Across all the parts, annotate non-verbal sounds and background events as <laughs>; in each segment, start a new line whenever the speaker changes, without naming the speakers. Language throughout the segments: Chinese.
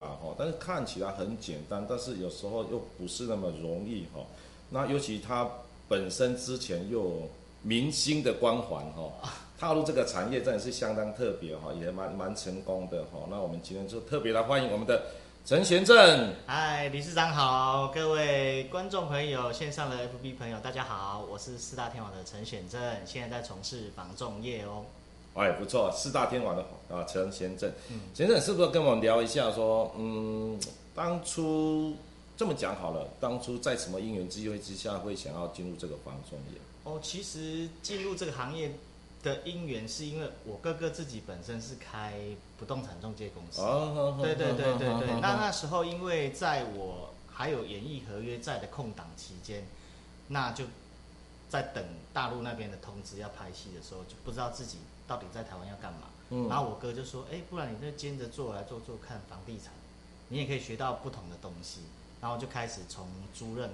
啊但是看起来很简单，但是有时候又不是那么容易哈、那尤其他本身之前又有明星的光环哈、
<laughs>
踏入这个产业真的是相当特别哈、也蛮蛮成功的哈、那我们今天就特别来欢迎我们的陈贤正。
嗨，理事长好，各位观众朋友、线上的 FB 朋友，大家好，我是四大天王的陈显正，现在在从事房仲业哦。
哎，不错，四大天王的啊，陈贤正，
嗯
贤正是不是跟我们聊一下说，嗯，当初这么讲好了，当初在什么因缘机会之下会想要进入这个房仲业？
哦，其实进入这个行业的因缘是因为我哥哥自己本身是开不动产中介公司，
哦
对对对对对。那
那
那时候因为在我还有演艺合约在的空档期间，那就在等大陆那边的通知要拍戏的时候，就不知道自己到底在台湾要干嘛。
嗯
然后我哥就说：“哎、不然你就兼着做来做做看房地产，你也可以学到不同的东西。”然后就开始从租赁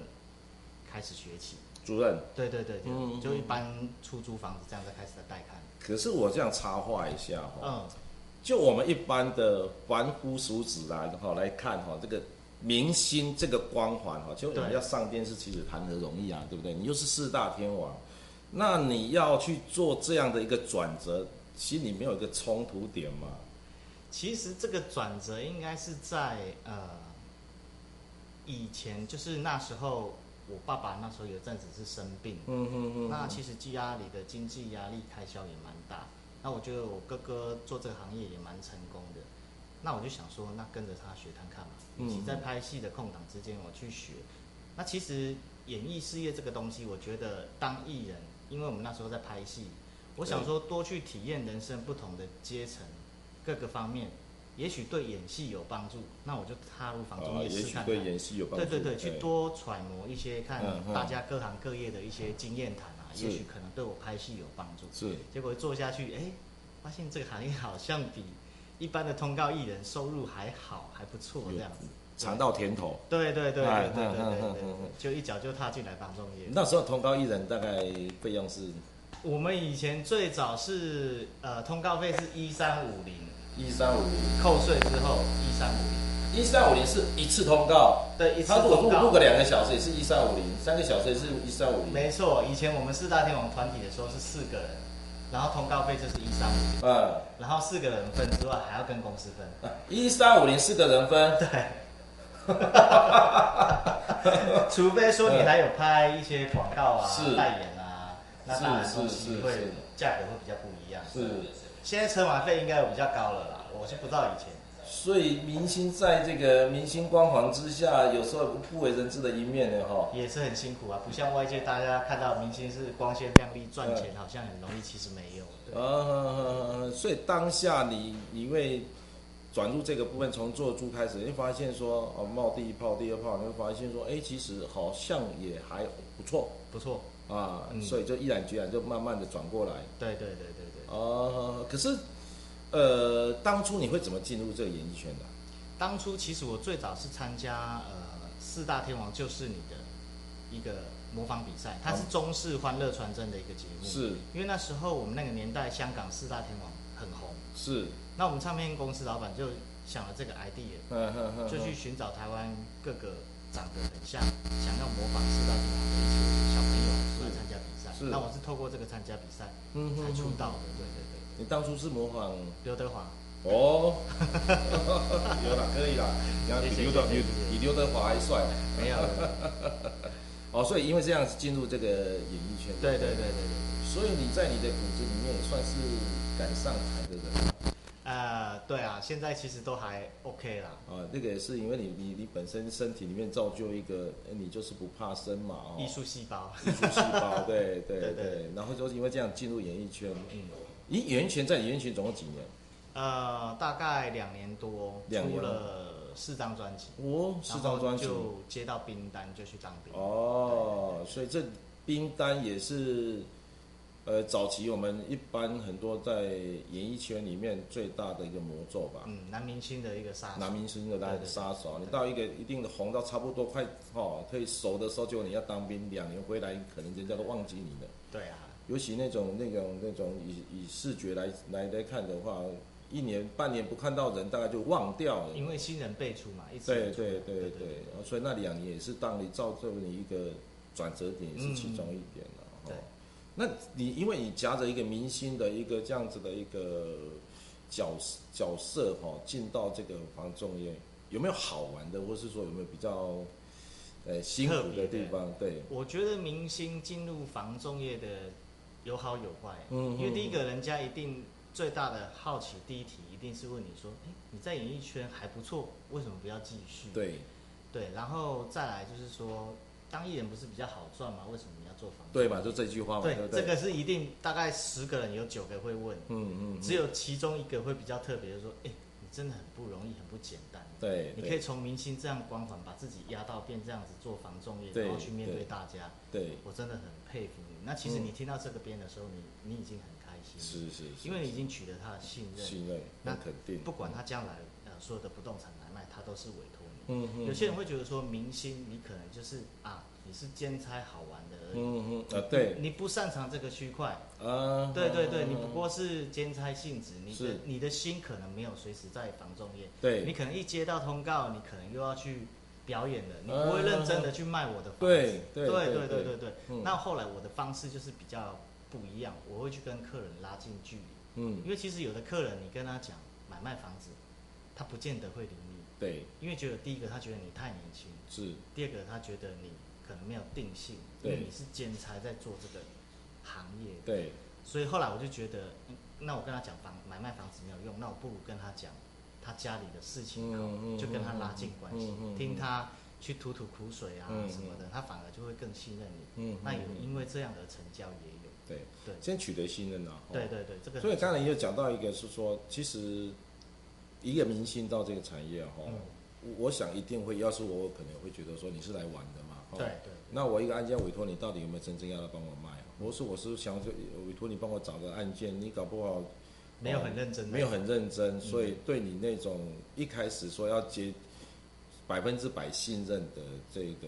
开始学起。
主任，
对对对对，
嗯嗯
就一般出租房子这样再开始的带看。
可是我这样插话一下哈、
嗯，
就我们一般的凡夫俗子来哈来看哈、这个明星这个光环哈、就我们
对
要上电视，其实谈何容易啊，对不对？你又是四大天王，那你要去做这样的一个转折，心里没有一个冲突点嘛？
其实这个转折应该是在呃以前，就是那时候我爸爸那时候有一阵子是生病，
嗯嗯嗯
那其实家里的经济压力开销也蛮大。那我觉得我哥哥做这个行业也蛮成功的，那我就想说，那跟着他学看看嘛。
嗯
与其在拍戏的空档之间我去学，那其实演艺事业这个东西，我觉得当艺人，因为我们那时候在拍戏，我想说多去体验人生不同的阶层、各个方面，也许对演戏有帮助。那我就踏入房中
啊，
业
也
试
许
看看。
对演戏有帮助。哎
对对对，去多揣摩一些看
嗯嗯
大家各行各业的一些经验谈啊，
是
也许可能对我拍戏有帮助。
是
结果做下去，哎，发现这个行业好像比一般的通告艺人收入还好，还不错这样子。
尝到甜头。
对对对
哎
对
嗯嗯嗯
对对对对
嗯嗯
对，就一脚就踏进来帮中业。
那时候同高艺人大概费用是
我们以前最早是呃通告费是一三五零，
一三五零，
扣税之后一三五零，
一三五零是一次通告，
对，一次
他如果
通
录录
告
个。两个小时也是一三五零，三个小时也是一三五零。
没错，以前我们四大天王团体的时候是四个人，然后通告费就是一三五零。
嗯，
然后四个人分之外，还要跟公司分。
一三五零四个人分，
对，除非说你还有拍一些广告啊、
是
代言啊，那当然
是
东
是
西
是
会
是
价格会比较不一样。
是，
现在车马费应该有比较高了啦，我是不知道以前。
所以明星在这个明星光环之下，有时候不为人知的一面呢，哈。
也是很辛苦啊，不像外界大家看到明星是光鲜亮丽赚钱，好像很容易，其实没有。对
呃，所以当下你你会转入这个部分，从做猪开始，你会发现说，哦，冒第一泡、第二泡，你会发现说，哎，其实好像也还不错
不错，
啊，
嗯
所以就毅然决然就慢慢的转过来。
对对对对对。
哦、可是，呃，当初你会怎么进入这个演艺圈的？
当初其实我最早是参加呃四大天王就是你的一个模仿比赛，它是中式欢乐传真的一个节目。，
是
因为那时候我们那个年代香港四大天王很红，
是，
那我们唱片公司老板就想了这个 idea，
嗯哼哼
就去寻找台湾各个长得很像、想要模仿四大天王的一些小朋友出来参加比赛
是。
那我是透过这个参加比赛
嗯
才
哼
出
哼
道的。对对对，
你当初是模仿
刘德华。
哦，有啦，可以啦，你看比
谢谢
刘德
谢谢
比
谢
比
谢
刘德华还帅
没有，
哦，所以因为这样子进入这个演艺圈，
<laughs> 对对对对对。
所以你在你的骨子里面也算是敢上台的人
呃，对啊，现在其实都还 OK 啦。
啊，这个也是因为你你你本身身体里面造就一个，呃你就是不怕生嘛哦，
艺术细胞，
艺术细胞，对对对
对对
然后就是因为这样进入演艺圈，
嗯，
咦，演艺圈在演艺圈总共几年？
呃，大概两年多，
两
出
年
了四张专辑，
哦，四张专辑
然，后就接到兵单就去当兵。
哦，所以这冰单也是，呃，早期我们一般很多在演艺圈里面最大的一个魔咒吧。
嗯，男明星的一个杀
男
手。
明星的那
对对
杀手，啊你到一个一定的红到差不多快哦可以熟的时候，就你要当兵两年回来，可能人家都忘记你了。
对啊，
尤其那种那种那种以以视觉来来来看的话，一年半年不看到人，大概就忘掉了。
因为新人辈出嘛，一直
对
出来
对对对
对，
然后所以那两年也是当你造就你一个转折点，也是其中一点了、
嗯
哦
对。
那你因为你夹着一个明星的一个这样子的一个角色角色哈、哦，进到这个防仲业，有没有好玩的，或是说有没有比较呃辛苦
特别
的
的
地方？对，
我觉得明星进入房仲业的有好有坏，
嗯
因为第一个人家一定最大的好奇第一题一定是问你说，哎，你在演艺圈还不错，为什么不要继续？
对
对，然后再来就是说，当艺人不是比较好赚吗？为什么你要做房仲？
对吧？就这句话嘛，对
对
不，对？
这个是一定，大概十个人有九个会问，
嗯嗯，
只有其中一个会比较特别，就是说，哎，你真的很不容易，很不简单。
对，
你可以从明星这样光环把自己压到变这样子做防重业，
对
然后去面对
对
大家，
对，
我真的很佩服你。那其实
嗯
你听到这个边的时候，你你已经很开心，
是是是，
因为你已经取得他的信任，
信任，
那
那肯定
不管他将来呃所有的不动产买卖，他都是委托你。
嗯嗯，
有些人会觉得说，明星你可能就是啊，你是兼差好玩的而已，
嗯嗯啊对
你你不擅长这个区块，
啊，
对对对，
嗯
你不过是兼差性质，你的
是
你的心可能没有随时在防重业，
对
你可能一接到通告，你可能又要去表演了，你
嗯
不会认真的去卖我的房子。
对对对
对对
对
对对对
嗯
那后来我的方式就是比较不一样，我会去跟客人拉近距离，
嗯
因为其实有的客人你跟他讲买卖房子，他不见得会理你，
对
因为觉得第一个他觉得你太年轻，
是
第二个他觉得你可能没有定性，因为
对
你是兼差在做这个行业的。
对
所以后来我就觉得，嗯那我跟他讲房买卖房子没有用，那我不如跟他讲他家里的事情好了，
嗯嗯
就跟他拉近关系，
嗯嗯嗯
听他去吐吐苦水啊
嗯嗯
什么的，他反而就会更信任你。
嗯
那有
嗯嗯
因为这样的成交也有，
对，
对
先取得信任啊，哦
对对对，这个
所以
很
刚才又讲到一个是说，其实一个明星到这个产业哈、
嗯
我我想一定会，要是我我可能会觉得说你是来玩的嘛，哦
对对
那我一个案件委托你，到底有没有真正要来帮我卖？啊我说我是想说委托你帮我找个案件，你搞不好
没有很认真的，
没有很认真，所以对你那种一开始说要接百分之百信任的这个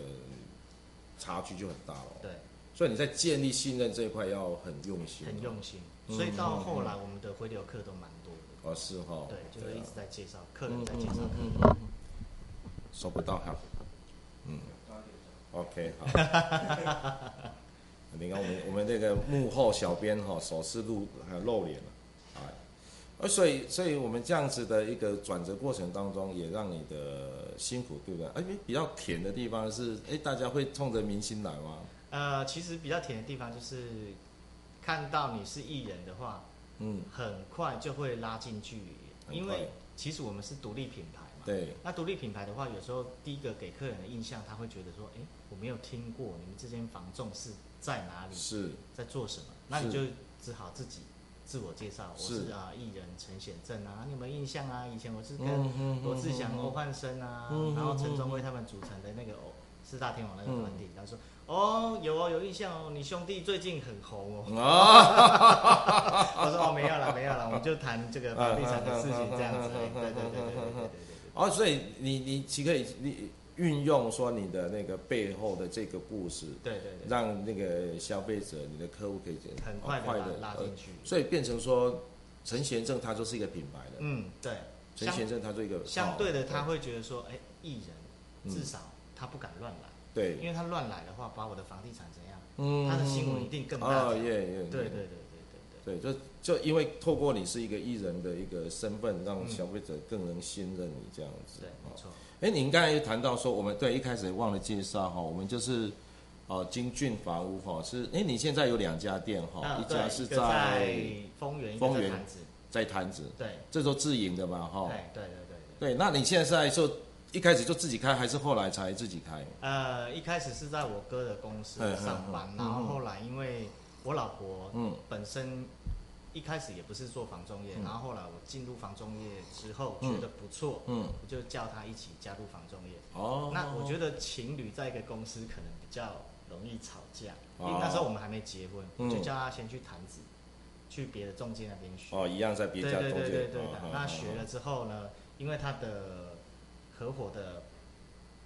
差距就很大了。哦
对，
所以你在建立信任这一块要很用心，
很用心。
嗯
所以到后来我们的回流客都蛮多的，
哦，是哈、
对，就是一直在介绍客
嗯
人在介绍客人，
收不到哈，嗯，OK 好。 <laughs> 你看我们我们这个幕后小编哈、手是露还有露脸了，啊，呃，所以所以我们这样子的一个转折过程当中，也让你的辛苦对不对？哎，比较甜的地方是，哎，大家会冲着明星来吗？
呃，其实比较甜的地方就是看到你是艺人的话，
嗯，
很快就会拉近距离，
很
因
快
为其实我们是独立品牌嘛。。
对，
那独立品牌的话，有时候第一个给客人的印象，他会觉得说，哎，我没有听过你们这间房仲是在哪里，
是，
在做什么，那
是
你就只好自己自我介绍，我
是
是啊艺人陈显正啊，你有没有印象啊？以前我是跟
嗯
罗志祥、欧汉声啊
嗯嗯，
然后
嗯
陈
嗯
忠威他们组成的那个偶四大天王那个团体，他说哦有哦有印象哦，你兄弟最近很红哦。
啊，
<laughs> 我说哦，没有了，没有了，我们就谈这个房地产的事情这样子而已。对对对对对对对对
哦，所以你你其可以你运用说你的那个背后的这个故事，
对对对
让那个消费者、你的客户可以哦
对，很快
快
的
的
拉进去。
所以变成说，陈贤正他就是一个品牌的，
嗯，对，
陈
相
贤正他就一个
相对的，他
哦
会觉得说，哎，艺人至少他不敢乱来，因
对，
为他乱来的话，把我的房地产怎样？
嗯
他的新闻一定更大条
哦，耶耶，
对对对对对
对，就就因为透过你是一个艺人的一个身份，让消费者更能信任你这样子。
对，对，
哦
没错，
哎，您刚才也谈到说，我们对一开始忘了介绍哈，我们就是哦金骏房屋哈，是哎，你现在有两家店哈，哦
嗯
一家
对
是
个
在
丰原，一
丰
个在
原哦
坛子，
在潭子，
对，
这都自营的嘛哈。
哎，对对对
对，
对。
那你现在是在做一开始就自己开，还是后来才自己开？
呃，一开始是在我哥的公司
嗯嗯嗯
上班，然后后来因为我老婆
嗯
本身一开始也不是做房仲业，
嗯
然后后来我进入房仲业之后觉得不错，
嗯，
我就叫她一起加入房仲业。
哦，
那我觉得情侣在一个公司可能比较容易吵架，因为
哦
那时候我们还没结婚，
嗯
我就叫她先去谈子，去别的中介那边学。
哦，一样在别
对
家
对
中
对
间
对对
哦，
那
哦
学了之后呢，因为他的合伙的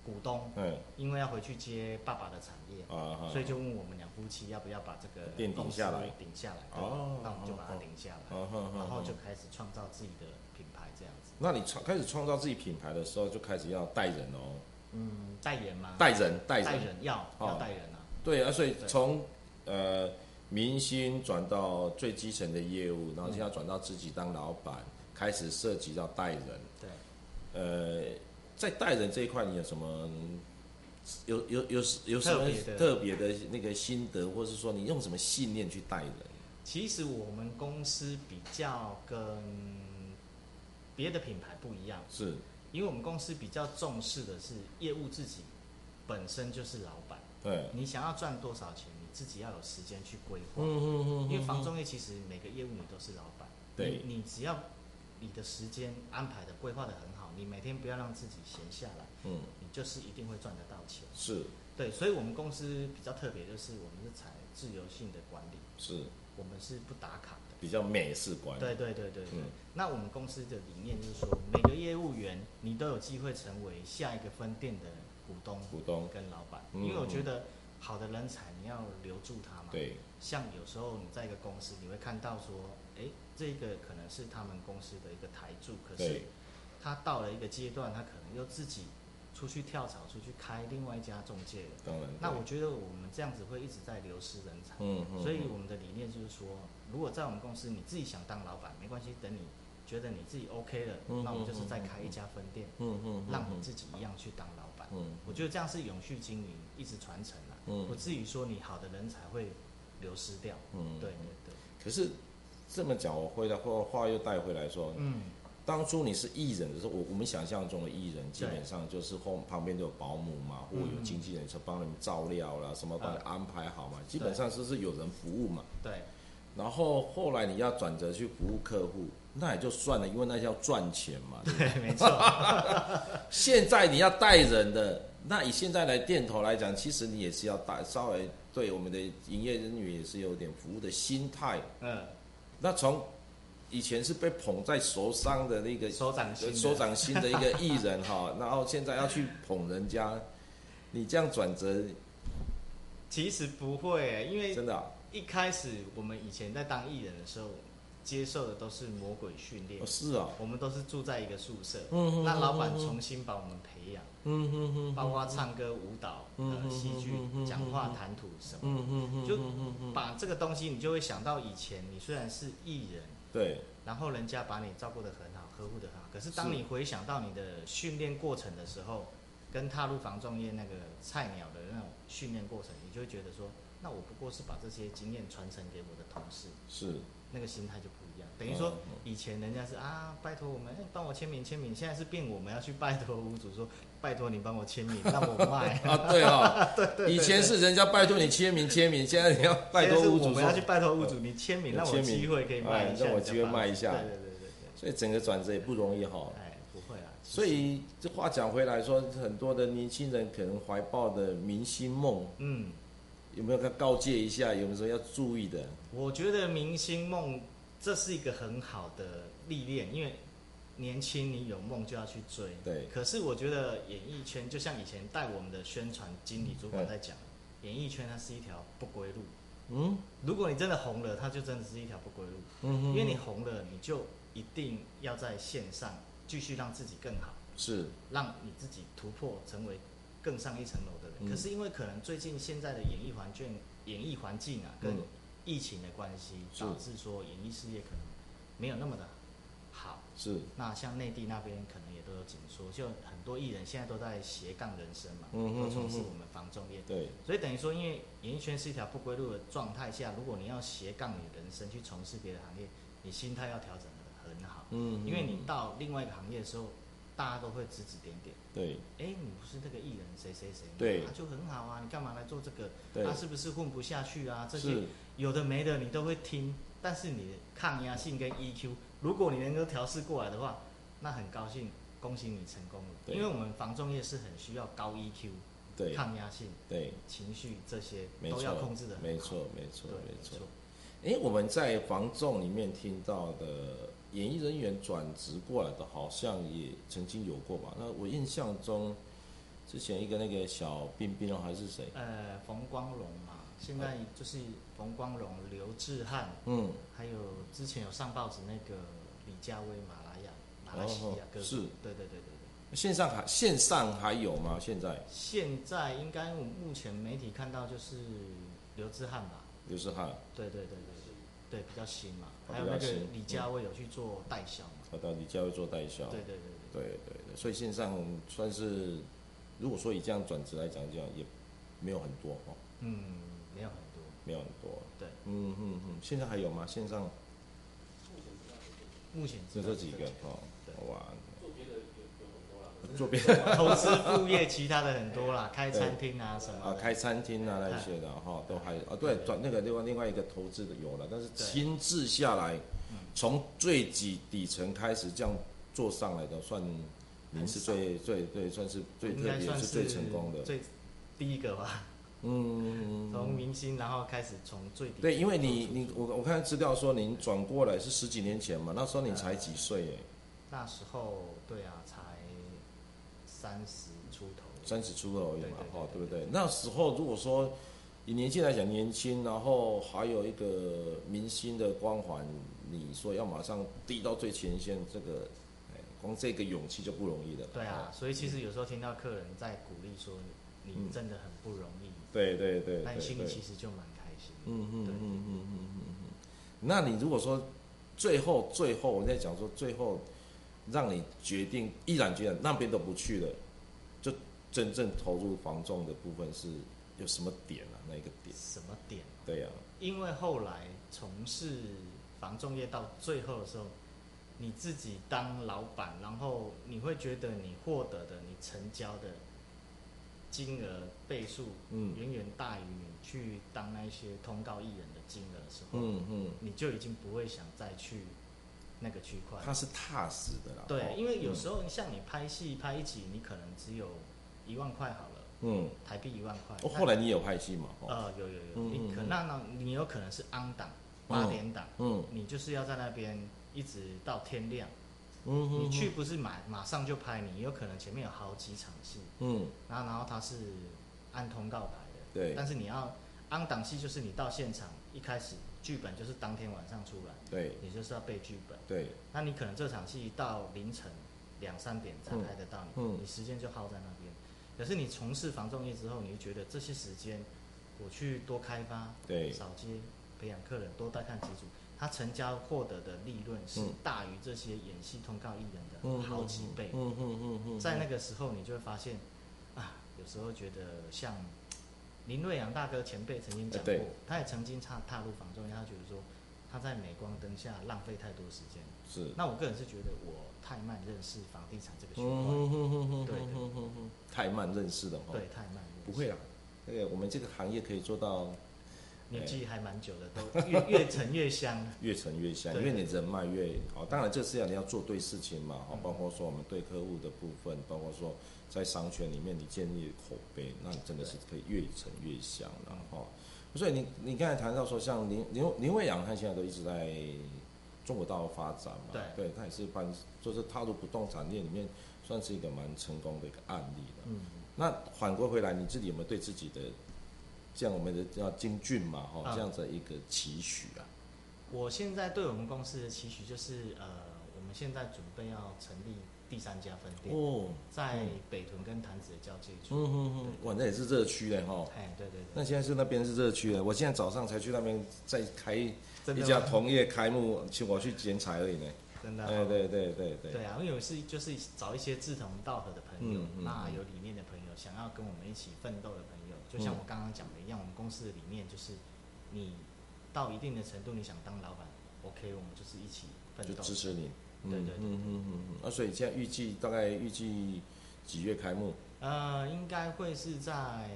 股东，
嗯
因为要回去接爸爸的产业，
啊哈
所以就问我们两夫妻要不要把这个
店顶
公司
下来
顶下来。
哦
对，那我们就把它顶下来，
啊哈哈
然后
哈
就开始创造自己的品牌这样子。
那你创开始创造自己品牌的时候，就开始要带人哦，
嗯，代言吗？
带人带
代
人，
人要
哦
要代人啊。
对啊，所以
对
从呃明星转到最基层的业务，然后现在转到自己当老板，开始涉及到带人。
对，
呃，在带人这一块，你有什么有有有有什
特
么
别的
特别的那个心得，或是说你用什么信念去带人？
其实我们公司比较跟别的品牌不一样，
是
因为我们公司比较重视的是业务自己本身就是老板，
对，
你想要赚多少钱，你自己要有时间去规划。
嗯嗯
因为房仲业其实每个业务你都是老板，
对
你你只要你的时间安排的规划的很好，你每天不要让自己闲下来，
嗯
你就是一定会赚得到钱。
是
对，所以我们公司比较特别，就是我们是采自由性的管理，
是
我们是不打卡的。
比较美式管理，
对对对对对。
嗯
那我们公司的理念就是说，每个业务员你都有机会成为下一个分店的股东
股东
跟老板，
嗯
因为我觉得好的人才你要留住他嘛。。
对
像有时候你在一个公司，你会看到说，哎，这个可能是他们公司的一个台柱，可是
对
他到了一个阶段，他可能又自己出去跳槽，出去开另外一家中介了。
当然对
那我觉得我们这样子会一直在流失人才。
嗯嗯
所以
嗯
我们的理念就是说，如果在我们公司你自己想当老板没关系，等你觉得你自己 OK 了，
嗯
那我
嗯
们就是
嗯
再
嗯
开一家分店，
嗯嗯
让你自己一样去当老板。
嗯
我觉得这样是永续经营，一直传承啦，
嗯
不至于说你好的人才会流失掉。
嗯
对对
可是这么讲，我回来话话又带回来说
对，，嗯，
当初你是艺人的时候，我我们想象中的艺人基
对嗯
本上就是后旁边都有保姆嘛，或有经纪人去帮你们照料啦，什么帮你安排好嘛，基本上就是有人服务嘛。
对
然后后来你要转折去服务客户，那也就算了，因为那叫赚钱嘛。
<laughs>
对不对
对，没错，
现在你要带人的，那以现在来店头来讲，其实你也是要带稍微对我们的营业人员也是有点服务的心态。
嗯，
那从以前是被捧在手上的那个
手掌心的，
手掌心的一个艺人哈，然后现在要去捧人家，你这样转折
其实不会，欸因为
真的啊、
一开始我们以前在当艺人的时候，接受的都是魔鬼训练
哦，是啊、
我们都是住在一个宿舍，
嗯
那老板重新把我们培养，
嗯嗯嗯
包括唱歌、舞蹈、呃、戏剧、讲话、谈吐什么，
嗯嗯嗯，
就把这个东西，你就会想到以前你虽然是艺人，
对
然后人家把你照顾得很好，呵护得很好，可是当
是
你回想到你的训练过程的时候，跟踏入房仲业那个菜鸟的那种训练过程，你就会觉得说，那我不过是把这些经验传承给我的同事，
是，
那个心态就不一样。等于说
嗯嗯，
以前人家是啊，拜托我们，哎帮我签名签名，现在是变我们要去拜托屋主说，拜托你帮
<laughs>。
我签名，让我卖
啊对啊、以前是人家拜托你签名签名，现在你要拜托
现在是
屋主
我们要去
说，
拜托屋主，你签名，
我
让我
签名
机会可以卖一下，
哎让我
你
机
的
会
房子
卖一下
对对对对
所以整个转折也不容易哈、
对，哎，不会啦。其实
所，以这话讲回来说，很多的年轻人可能怀抱的明星梦，
嗯，
有没有告诫一下？有没有说要注意的？
我觉得明星梦这是一个很好的历练，因为年轻你有梦就要去追。
对
可是我觉得演艺圈就像以前带我们的宣传经理主管在讲，演艺圈它是一条不归路。
嗯
如果你真的红了，它就真的是一条不归路，
嗯
因为你红了，你就一定要在线上继续让自己更好，
是
让你自己突破，成为更上一层楼的人。
嗯
可是因为可能最近现在的演艺环境，演艺环境啊，跟
嗯
疫情的关系，
是
导致说演艺事业可能没有那么的好。
是，
那像内地那边可能也都有紧缩，就很多艺人现在都在斜杠人生嘛，
嗯哼
都从事
嗯哼
我们房仲业。
对
所以等于说，因为演艺圈是一条不归路的状态下，如果你要斜杠你的人生去从事别的行业，你心态要调整得很好，
嗯
因为你到另外一个行业的时候，大家都会指指点点。
对
哎，你不是那个艺人谁谁谁吗，
对
啊就很好啊，你干嘛来做这个？
对
他、是不是混不下去啊？这些
是
有的没的你都会听，但是你的抗压性跟 EQ，如果你能够调试过来的话，那很高兴，恭喜你成功了。
对
因为我们房仲业是很需要高 EQ、
对
抗压性、
对，
情绪这些
没
都要
错
控制的，
没，错没错
对，
没
没
错
错。，
哎，我们在房仲里面听到的演艺人员转职过来的，好像也曾经有过吧？那我印象中，之前一个那个小彬彬哦，还是谁？
呃，冯光荣嘛，现在就是冯光荣、刘志汉，
嗯，
还有之前有上报纸那个李佳薇，马来亚、马来西亚
哦
歌手，
是
对对对对对。
嗯线上还线上还有吗？现在
现在应该我目前媒体看到就是刘志汉吧，
刘世汉，
对对对对对，对比较新嘛，
哦
还有
比
那
较
个
新
李佳薇有去做代销嘛，
他到底教会做代销？
对对对对，
对对对，所以线上算是，如果说以这样转职来讲，这样也没有很多哦，
嗯，没有很多，
没有很多。
对，
嗯嗯嗯，现在还有吗？线上
目前知
就
道
这
是
几个哦
对，
哇。做别的
<laughs> 投资副业，其他的很多啦，开餐厅啊什么
啊，
的，
开餐厅啊那些的哈，都还啊对，转那个另外另外一个投资的有了，但是
对
亲自下来，从最底底层开始这样做上来的，算您是最最最算是最特
应该
别
算
是最成功的，
最第一个吧。
嗯，
从明星，然后开始从最底
对，因为你你我我看资料说您转过来是十几年前嘛，那时候你才几岁哎，
那时候对啊，才三十出头，
三十出头而已嘛
对对对
哈，对
对
不对？那时候如果说以年纪来讲年轻，然后还有一个明星的光环，你说要马上递到最前线，这个哎，光这个勇气就不容易了。
对
哦，
啊，所以其实有时候听到客人在鼓励说你真的很不容易，
对对对对
但心里
对
其实就蛮开心的。
嗯嗯嗯
对
嗯嗯嗯嗯嗯。那你如果说最后最后我在讲说最后让你决定毅然决然那边都不去了，就真正投入房仲的部分是有什么点啊？那一个点？
什么点？
对呀、
因为后来从事房仲业到最后的时候，你自己当老板，然后你会觉得你获得的、你成交的金额倍数，
嗯
远远大于你去当那些通告艺人的金额的时候，
嗯嗯，
你就已经不会想再去那个区块。
它是踏实的啦。
对
哦，
因为有时候像你拍戏拍一集，你可能只有一万块好了，
嗯，
台币一万块。
哦，后来你有拍戏嘛？哦，
呃，有有有，
嗯
你
嗯
可
嗯
那那你有可能是 on 档八点档，
嗯
你就是要在那边一直到天亮。
嗯嗯，
你去不是马马上就拍，你有可能前面有好几场戏，
嗯，
然后然后它是按通告排的，
对
但是你要 on 档戏就是你到现场一开始剧本就是当天晚上出来，
对
你就是要背剧本。
对，
那你可能这场戏到凌晨两三点才拍得到你，
嗯嗯
你时间就耗在那边。可是你从事防重业之后，你就觉得这些时间我去多开发、
对
少接、培养客人、多带看几组，他成交获得的利润是
嗯
大于这些演戏通告艺人
嗯，
的好几倍。
嗯嗯嗯嗯，
在那个时候，你就会发现啊，有时候觉得像林瑞阳大哥前辈曾经讲
呃
过
对，
他也曾经踏踏入防重业，他觉得说他在镁光灯下浪费太多时间。
是，
那我个人是觉得我太慢认识房地产这个区
嗯
块，
嗯嗯嗯嗯嗯，太慢认识了哈。
对，太慢认
不
识。
会啦，那个我们这个行业可以做到
年
哎
纪还蛮久的，都越越陈越香。
越沉越香，因
对
为你人脉越好。当然，这是要你要做对事情嘛，
嗯
好，包括说我们对客户的部分，包括说在商圈里面你建立口碑，那你真的是可以越沉越香了哈。所以你你刚才谈到说，像林林林伟阳，他现在都一直在中国大陆发展嘛，对，他也是搬，就是踏入不动产业里面，算是一个蛮成功的一个案例了。
嗯，
那反过回来，你自己有没有对自己的，像我们的叫精进嘛，哈、
啊
这样子的一个期许啊？
我现在对我们公司的期许就是，呃，我们现在准备要成立第三家分店，
哦，
在北屯跟潭子的交界处。
嗯嗯嗯，哇，那也是热区嘞哈。
哎，对对
那
对，
现在是那边是热区了，我现在早上才去那边再开一
真的
家
吗
同业开幕，去我去剪彩而已呢。
真的、
哎，。对对对对，
对啊，因为我是就是找一些志同道合的朋友，
嗯嗯
那
嗯
有理念的朋友，想要跟我们一起奋斗的朋友，就像
嗯
我刚刚讲的一样，我们公司的理念就是，你到一定的程度，你想当老板，OK，我们就是一起奋
就
斗。
支持你。嗯
对对对
嗯嗯嗯嗯。那所以现在预计大概预计几月开幕？
呃，应该会是在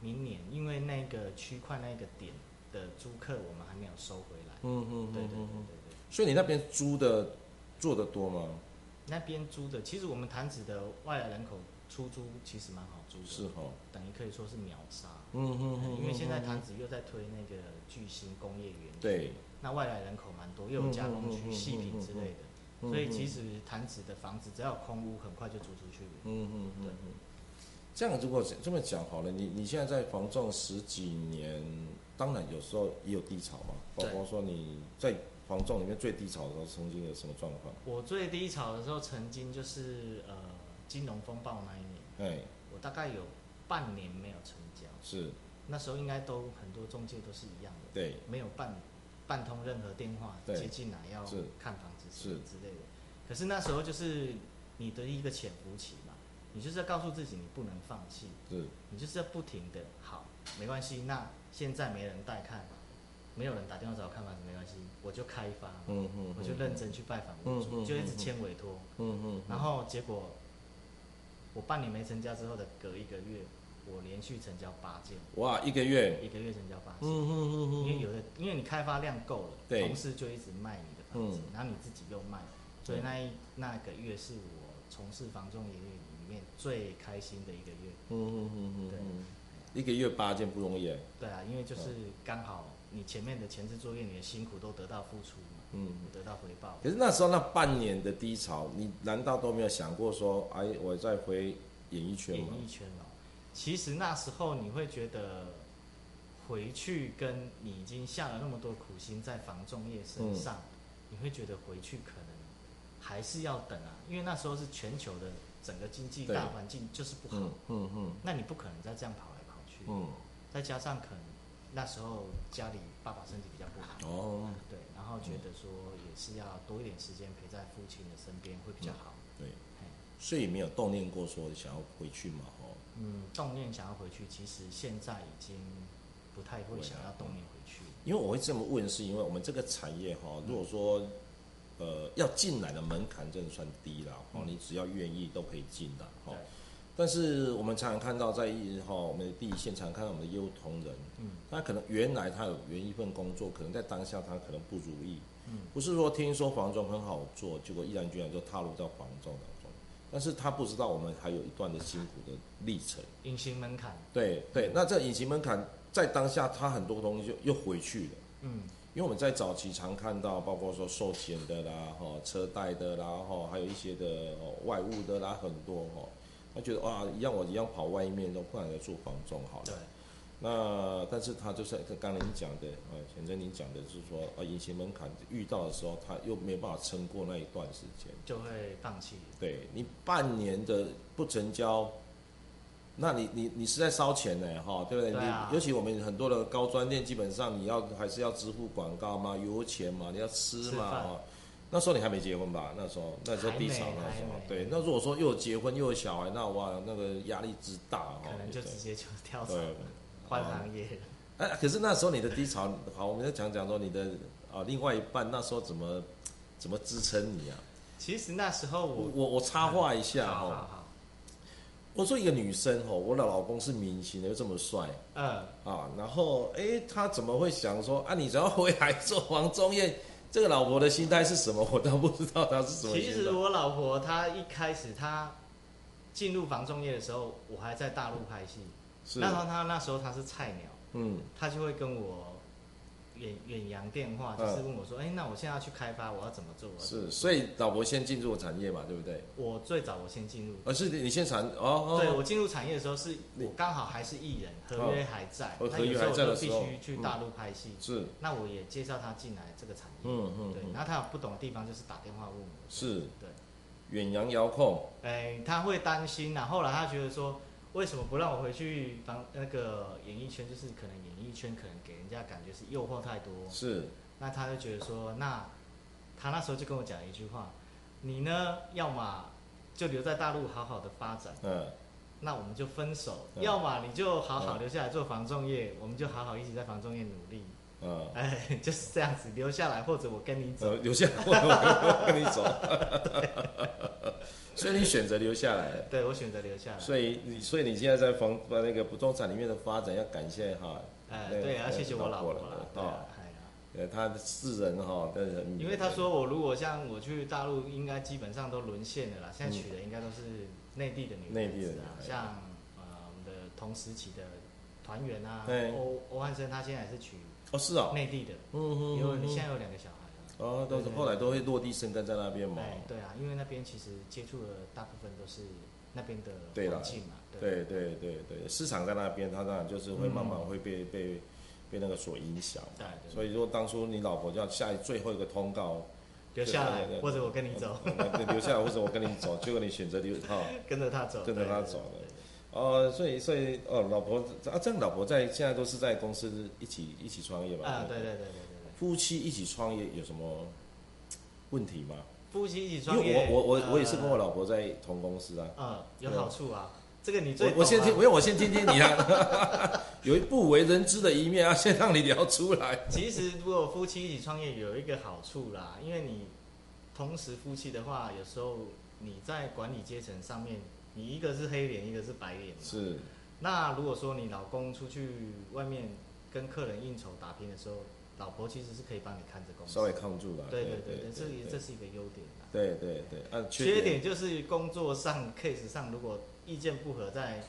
明年，因为那个区块那个点的租客我们还没有收回来。
嗯嗯
对对
嗯
对对
嗯嗯。
对，
所以你那边租的做的多吗？
那边租的，其实我们潭子的外来人口出租其实蛮好租的，
是哈。
等于可以说是秒杀。
嗯嗯嗯。
因为
嗯
现在
嗯
潭子又在推那个巨星工业园，，
对，
那外来人口蛮多，又有加工
嗯嗯嗯
区、
嗯
细品之类
嗯嗯
的，所以其实潭子的房子只要有空屋，很快就租出去了。
嗯嗯嗯
对
嗯。这样如果这这么讲好了，你你现在在房仲十几年，当然有时候也有低潮嘛，包
对
括说你在房仲里面最低潮的时候，曾经有什么状况？
我最低潮的时候，曾经就是呃金融风暴那一年，
哎，
我大概有半年没有成交，
是
那时候应该都很多中介都是一样的，
对，
没有办办通任何电话
对
接进来要
是
看房子什么
是
之类的。可是那时候就是你的一个潜伏期嘛，你就是要告诉自己你不能放弃，
是
你就是要不停的好，没关系，那现在没人带看，没有人打电话找我看房子没关系，我就开发，
嗯嗯，
我就认真去拜访屋主，
嗯嗯
就一直
嗯
签委托，
嗯，嗯嗯，
然后结果我半年没成交之后的隔一个月，我连续成交八件，
哇，一个月，
一个月成交八
嗯
件。
嗯
因为
嗯嗯，
有的，因为你开发量够了，
对
同事就一直卖你的房子，
嗯
然后你自己又卖，所以那一那个月是我从事房仲营业里面最开心的一个月。
嗯嗯嗯嗯，一个月八件不容易哎，
对啊，因为就是
嗯
刚好你前面的前置作业，你的辛苦都得到付出嘛，
嗯。
得到回报。
可是那时候那半年的低潮，你难道都没有想过说，哎，我再回演艺圈
演
吗？
艺圈哦，其实那时候你会觉得回去跟你已经下了那么多苦心在防仲业
嗯
身上，你会觉得回去可能还是要等啊，因为那时候是全球的整个经济
对
大环境就是不好
嗯，嗯嗯
那你不可能再这样跑来跑去，
嗯，
再加上可能那时候家里爸爸身体比较不好。
哦，
对，然后觉得说也是要多一点时间陪在父亲的身边会比较好。
对，
嘿
所以没有动念过说想要回去嘛，哦，
嗯，动念想要回去，其实现在已经不太会想要动念回去。
因为我会这么问，是因为我们这个产业哈、如果说呃要进来的门槛真的算低了，哦，
嗯
你只要愿意都可以进哦的，哈、
对，
但是我们常常看到在一哈、我们第一现场看到我们的优同仁，
嗯
他可能原来他有原一份工作，可能在当下他可能不如意，
嗯，
不是说听说房仲很好做，结果毅然决然就踏入到房仲当中，但是他不知道我们还有一段的辛苦的历程。
隐形门槛，
对对，那这隐形门槛在当下，他很多东西就又回去了。
嗯，
因为我们在早期常看到，包括说寿险的啦，哈，车贷的啦，哈，还有一些的哦外物的啦，很多哈，他觉得哇，一样我一样跑外面，都不然来做房仲好了
对。，
那但是他就是跟刚才您讲的，呃，前阵您讲的是说，啊，隐形门槛遇到的时候，他又没办法撑过那一段时间。
就会放弃。
对你半年的不成交，那你你你是在烧钱呢，哈，对不对？
对啊
你尤其我们很多的高专店，基本上你要还是要支付广告嘛、油钱嘛，你要吃
吃
嘛，
饭
哦。那时候你还没结婚吧？那时候那时候低潮
还没
那时候
还没，
对。那如果说又有结婚又有小孩，那哇，那个压力之大哈。
可能就
对
直接就跳槽
哦对
了，换行业了。
哎、可是那时候你的低潮，好，我们再讲讲说你的啊、另外一半那时候怎么怎么支撑你啊？
其实那时候
我
我
我我插话一下
好好
哈，
好，
我说一个女生哈，我的老公是明星又这么帅
嗯，
啊，然后哎、她怎么会想说啊，你只要回来做王中艳，这个老婆的心态是什么？我倒不知道她是什么
其
心
实
态。
我老婆她一开始她进入房仲业的时候，我还在大陆拍戏，
是
那时候她那时候她是菜鸟，
嗯
她就会跟我。远远洋电
嗯
话就是问我说：“哎、那我现在要去开发，我要怎么做？”我要怎么
是，所以老婆先进入产业嘛，对不对？
我最早我先进入，
而、是你先产哦哦，
对我进入产业的时候是，我刚好还是艺人，合约还在，
哦
那
合
有
约
时候
还在
我
的
就必
时候
须去大陆拍戏，
是
那我也介绍他进来这个产业，
嗯嗯
对，
嗯
然后他有不懂的地方就是打电话问我，
是
对，
远洋遥控，
哎，他会担心啊，后来他觉得说。为什么不让我回去帮那个演艺圈？就是可能演艺圈可能给人家感觉是诱惑太多，
是
那他就觉得说，那他那时候就跟我讲一句话：你呢，要么就留在大陆好好的发展，
嗯
那我们就分手，
嗯
要么你就好好
嗯
留下来做防重业，我们就好好一起在防重业努力。
嗯。
哎， <laughs> 就是这样子留下来，或者我跟你走。
呃，留
<laughs>
下来，我跟你走。 <laughs> 所以你选择留下来了，
对我选择留下来。
嗯所以你所以你现在在房呃那个不动产里面的发展要感谢哈，
哎，
那个
对，要谢谢我
老
老
婆
婆
了嗯
了。对啊，哎呀
呃，他的世人哈，但是
因为他说我如果像我去大陆，应该基本上都沦陷了啦。现在娶的应该都是内地的女
嗯内
孩
地的
子
女
啊
孩，子
像呃我们的同时期的团员啊
对，
欧欧汉生他现在也是娶
哦是哦，
内地的，
嗯
因为
嗯
你
嗯嗯，
现在有两个小孩了。
哦，都是后来都会落地生根在那边嘛，
哎，对啊，因为那边其实接触的大部分都是那边的
对啦
环境嘛，对
对对对对，市场在那边，它当然就是会慢慢会被、被被那个所影响。
对对
所以说当初你老婆要下最后一个通告，
留下来
对对对
或者我跟你走，
嗯，对留下来或者我跟你走，结果你选择留哈。
跟着他走，
嗯跟着他
对对
走了
对对
哦，所以所以哦，老婆啊，这样老婆在现在都是在公司一起一起创业吧？
啊，对对对对对对，
夫妻一起创业有什么问题吗？
夫妻一起
因
创业，
为我我我、
呃
我也是跟我，老婆在同公司啊。
嗯，有
对
好处啊，这个你最
我我先
懂啊
听，我我先听听你啊， <laughs> 有一不为人知的一面啊，先让你聊出
<laughs>
来。
其实如果夫妻一起创业有一个好处啦，因为你同时夫妻的话，有时候你在管理阶层上面，你一个是黑脸，一个是白脸嘛。
是，
那如果说你老公出去外面跟客人应酬打拼的时候，老婆其实是可以帮你看着公司。
稍微抗住了。
对
对
对对对，这也这
对
是一个优点啦。
对对对，啊，
缺点就是工作上 case 上，如果意见不合，在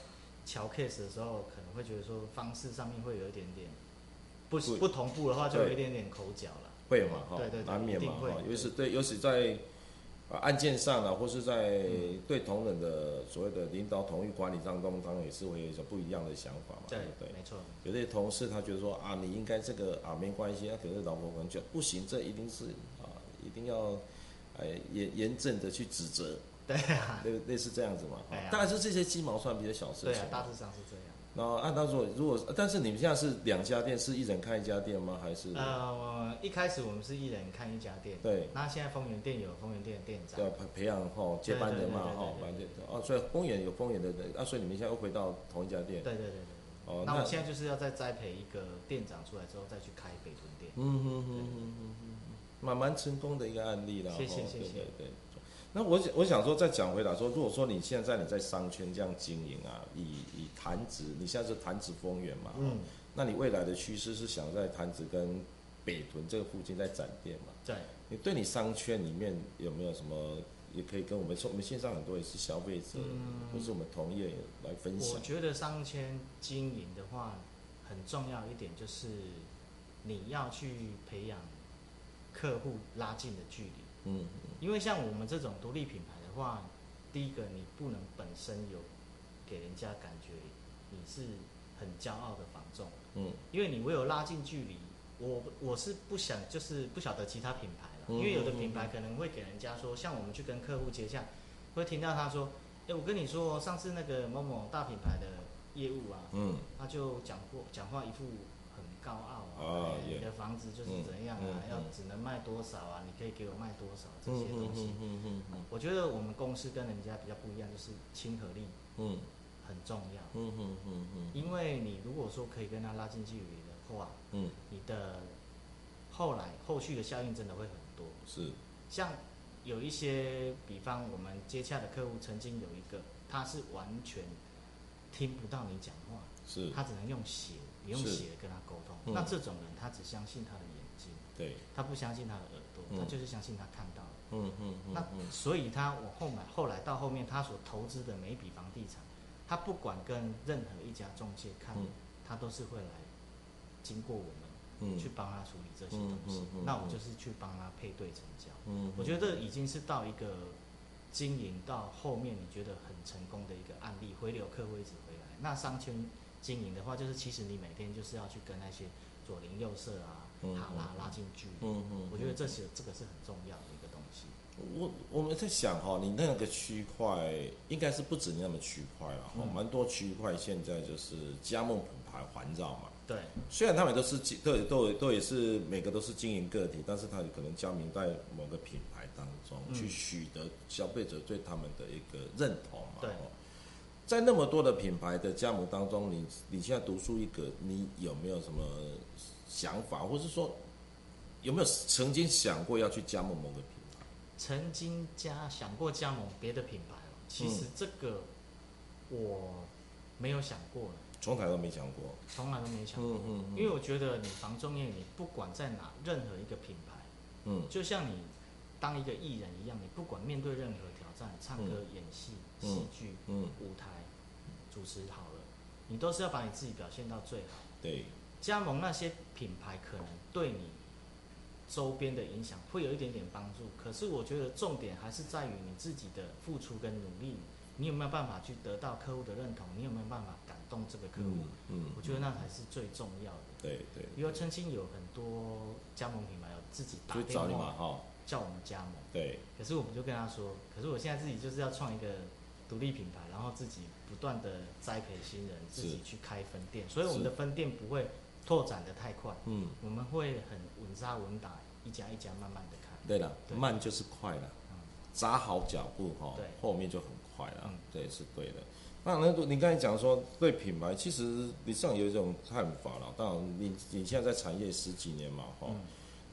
瞧 case 的时候，可能会觉得说方式上面会有一点点不
不
不同步的话，就
对
有一点点口角啊了。
会嘛哈
对对，对
难免嘛
一定
哈
会，
尤其是对，尤其在呃案件上啊，或是在
嗯
对同仁的所谓的领导统一管理当中，当然也是会有一种不一样的想法嘛，对
对
不对，？
没错。
有些同事他觉得说啊，你应该这个啊没关系，啊、可是老婆可能觉得不行，这一定是啊一定要哎严严正的去指责，
<laughs> 对啊，
类类似这样子嘛，哈
对啊
当然是这些鸡毛蒜皮的小事
对
情
啊，
嘛。
大致上是这样。
然后按照说，如果但是你们现在是两家店，是一人开一家店吗？还是
呃，一开始我们是一人看一家店，
对？
那现在丰源店有丰源店的店长
对，培培养哈接班人嘛
对对对
哈，
对
反
对
正
对
哦，所以丰源有丰源的人，啊，所以你们现在又回到同一家店
对对对对。
哦
对，那
那
我现在就是要再栽培一个店长出来之后，再去开北屯店。
嗯哼哼哼哼哼，蛮蛮成功的一个案例啦，
谢谢
哦
谢
对
谢
对对。那我想我想说，再讲回来说，如果说你现在你在商圈这样经营啊，以以弹指，你现在是弹指丰源嘛，
嗯，
那你未来的趋势是想在弹指跟北屯这个附近在展店嘛？
对。
你对你商圈里面有没有什么，也可以跟我们说，我们线上很多也是消费者，
嗯
或是我们同业来分
我
享。
觉得商圈经营的话，很重要一点就是你要去培养客户拉近的距离，
嗯，
因为像我们这种独立品牌的话，第一个你不能本身有给人家感觉你是很骄傲的房仲，
嗯，
因为你唯有拉近距离，我我是不想就是不晓得其他品牌了，
嗯
因为有的
嗯
品牌可能会给人家说，像我们去跟客户接洽，会听到他说，哎、我跟你说，上次那个某某大品牌的业务啊，
嗯，
他就讲过讲话一副很高傲
啊
啊，哎
也
你的房子就是怎样
嗯
啊
嗯，
要
嗯
只能卖多少啊，你可以给我卖多少这
嗯
些东西。
嗯嗯嗯
我觉得我们公司跟人家比较不一样，就是亲和力
嗯
很重要，
嗯嗯嗯嗯
因为你如果说可以跟他拉近距离的话，
嗯，
你的后来后续的效应真的会很多。
是，
像有一些，比方我们接洽的客户，曾经有一个，他是完全听不到你讲话，
是，
他只能用写，你用
是
写的跟他沟通。
嗯
那这种人，他只相信他的眼睛，
对，
他不相信他的耳朵，
嗯
他就是相信他看到的。
嗯嗯嗯嗯
那所以他我后来后来到后面，他所投资的每一笔房地产，他不管跟任何一家中介看，
嗯
他都是会来经过我们
嗯，
去帮他处理这些
嗯
东西。
嗯嗯
那我
嗯
就是去帮他配对成交。
嗯，
我觉得已经是到一个经营到后面你觉得很成功的一个案例，回流客户一直回来。那商圈经营的话，就是其实你每天就是要去跟那些左邻右舍啊、
嗯
哈拉拉近距离。
嗯嗯，
我觉得这是这个是很重要的一个东西。
我我们在想哈、你那个区块应该是不止你那么区块了
嗯
哈，蛮、多区块现在就是加盟品牌环绕嘛。
对，
虽然他们都是经都都都也是每个都是经营个体，但是他可能加名在某个品牌当中、
嗯
去取得消费者对他们的一个认同嘛。
对
哦在那么多的品牌的加盟当中，你你现在独树一格，你有没有什么想法，或是说有没有曾经想过要去加盟某个品牌？
曾经加想过加盟别的品牌哦，其实
嗯
这个我没有想过呢，
从来都没想过。
从来都没想过。
嗯嗯嗯
因为我觉得你防重业，你不管在哪任何一个品牌，
嗯
就像你当一个艺人一样，你不管面对任何挑战，唱歌、演戏、
嗯
戏剧、
嗯，
舞台、主持好了，你都是要把你自己表现到最好。
对，
加盟那些品牌可能对你周边的影响会有一点点帮助，可是我觉得重点还是在于你自己的付出跟努力，你有没有办法去得到客户的认同？你有没有办法感动这个客户
嗯？嗯，
我觉得那才是最重要的。
对对，
因为曾经有很多加盟品牌有自己打
就
电
找你嘛
话
哈，
叫我们加盟，
对，
可是我们就跟他说，可是我现在自己就是要创一个独立品牌，然后自己不断的栽培新人，自己
是
去开分店，所以我们的分店不会拓展的太快，
嗯，
我们会很稳扎稳打，一家一家慢慢的开。
对了，
对
慢就是快了，
嗯，
扎好脚步哈
对，
后面就很快了，
嗯
这也是对的。那那个你刚才讲说对品牌，其实你上有一种看法了。当然你，你现在在产业十几年嘛哈，
嗯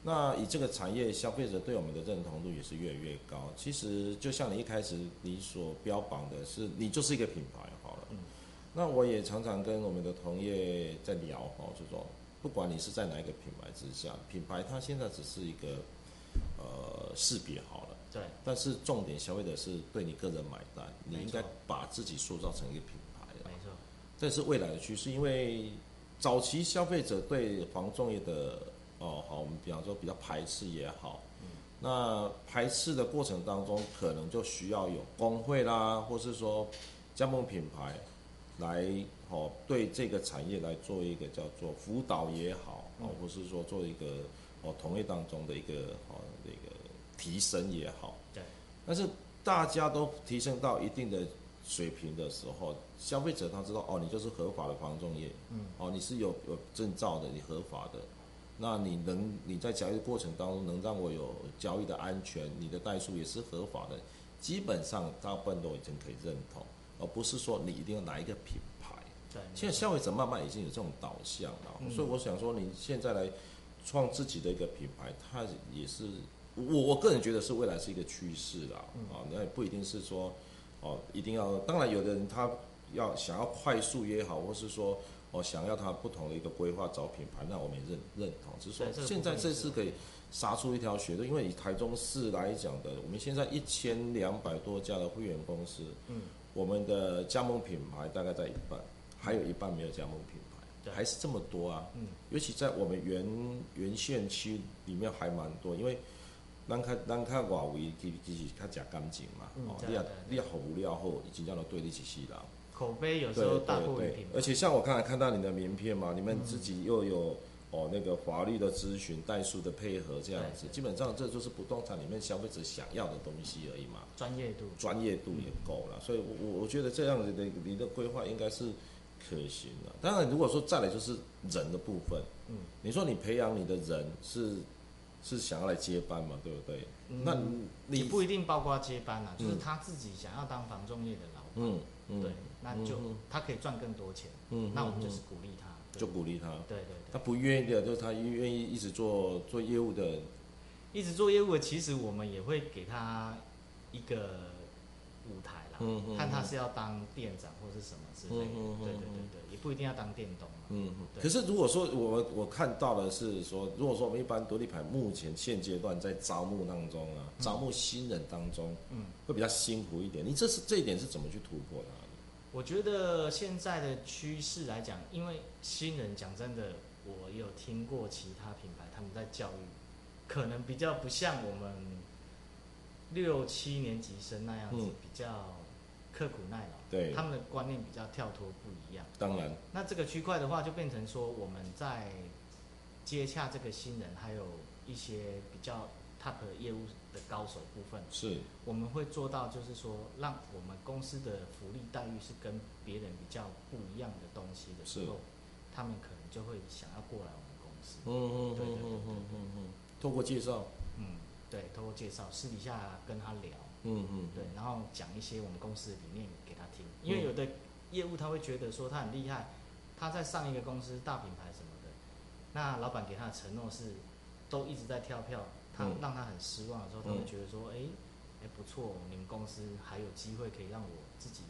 那以这个产业，消费者对我们的认同度也是越来越高。其实就像你一开始你所标榜的是，你就是一个品牌好了。
嗯
那我也常常跟我们的同业在聊哦，就说不管你是在哪一个品牌之下，品牌它现在只是一个呃识别好了，
对，
但是重点消费者是对你个人买单，你
没错
应该把自己塑造成一个品牌啊。
没错，
这是未来的趋势，因为早期消费者对防重业的哦，好，我们比方说比较排斥也好，那排斥的过程当中，可能就需要有工会啦，或是说加盟品牌来哦，对这个产业来做一个叫做辅导也好，哦，或是说做一个哦同业当中的一个哦那个提升也好，
对，
但是大家都提升到一定的水平的时候，消费者他知道哦，你就是合法的房仲业，
嗯，
哦，你是有有证照的，你合法的，那你能你在交易的过程当中能让我有交易的安全，你的代数也是合法的，基本上大部分都已经可以认同，而不是说你一定要拿一个品牌。
对，没
现在
错
消费者慢慢已经有这种导向了，
嗯
所以我想说，你现在来创自己的一个品牌，它也是我我个人觉得是未来是一个趋势啦。
嗯
啊，那也不一定是说哦，一定要，当然有的人他要想要快速也好，或是说哦想要他不同的一个规划找品牌，那我们也认认同，只是说
对这个
现在
部分
这
也
次
是
可以杀出一条血路，因为以台中市来讲的，我们现在一千两百多家的会员公司，
嗯，
我们的加盟品牌大概在一半，还有一半没有加盟品牌，
对
还是这么多啊。
嗯，
尤其在我们原原县区里面还蛮多，因为咱较咱较外围其其实较食干净嘛，
嗯
哦，
对
你也
对
你也服务了后，已经叫做对你一世人。
口碑有时
对
候
对
大过于
对
品，牌，
而且像我刚才看到你的名片嘛，你
嗯
们自己又有哦那个法律的咨询、代数的配合这样子
对，对
基本上这就是不动产里面消费者想要的东西而已嘛，
专业度，
专业度也够了，所以我我我觉得这样子的你的规划应该是可行的。当然，如果说再来就是人的部分，
嗯，
你说你培养你的人是是想要来接班嘛，对不对？
嗯
那
也
你
不一定包括接班啊，就是他自己想要当房仲业的老板，
嗯嗯
对，那就
嗯
他可以赚更多钱，
嗯，
那我们就
嗯
是鼓励他，对
就鼓励他。
对对
他
对，
不愿意的，就是他愿意一直做做业务的，
一直做业务的，其实我们也会给他一个舞台啦，
嗯
看他是要当店长或是什么之类
嗯嗯嗯
的，对对
嗯
对对，也不一定要当店东嘛，
嗯，
对
可是如果说我们我看到的是说，如果说我们一般独立牌目前现阶段在招募当中啊，招募新人当中
嗯。
会比较辛苦一点，你这是这一点是怎么去突破它的？
我觉得现在的趋势来讲，因为新人讲真的，我有听过其他品牌他们在教育，可能比较不像我们六七年级生那样子、
嗯
比较刻苦耐劳，
对
他们的观念比较跳脱不一样。
当然，
那这个区块的话，就变成说我们在接洽这个新人，还有一些比较 top 的业务的高手部分，
是
我们会做到，就是说，让我们公司的福利待遇是跟别人比较不一样的东西的时候，他们可能就会想要过来我们公司。
嗯
对对对对
嗯嗯，透过介绍，
嗯，对，通过介绍，私底下跟他聊，
嗯嗯，
对，然后讲一些我们公司的理念给他听。因为有的业务他会觉得说他很厉害，他在上一个公司大品牌什么的，那老板给他的承诺是都一直在跳票，他
嗯
让他很失望的时候，他会觉得说，哎、哎、不错，你们公司还有机会可以让我自己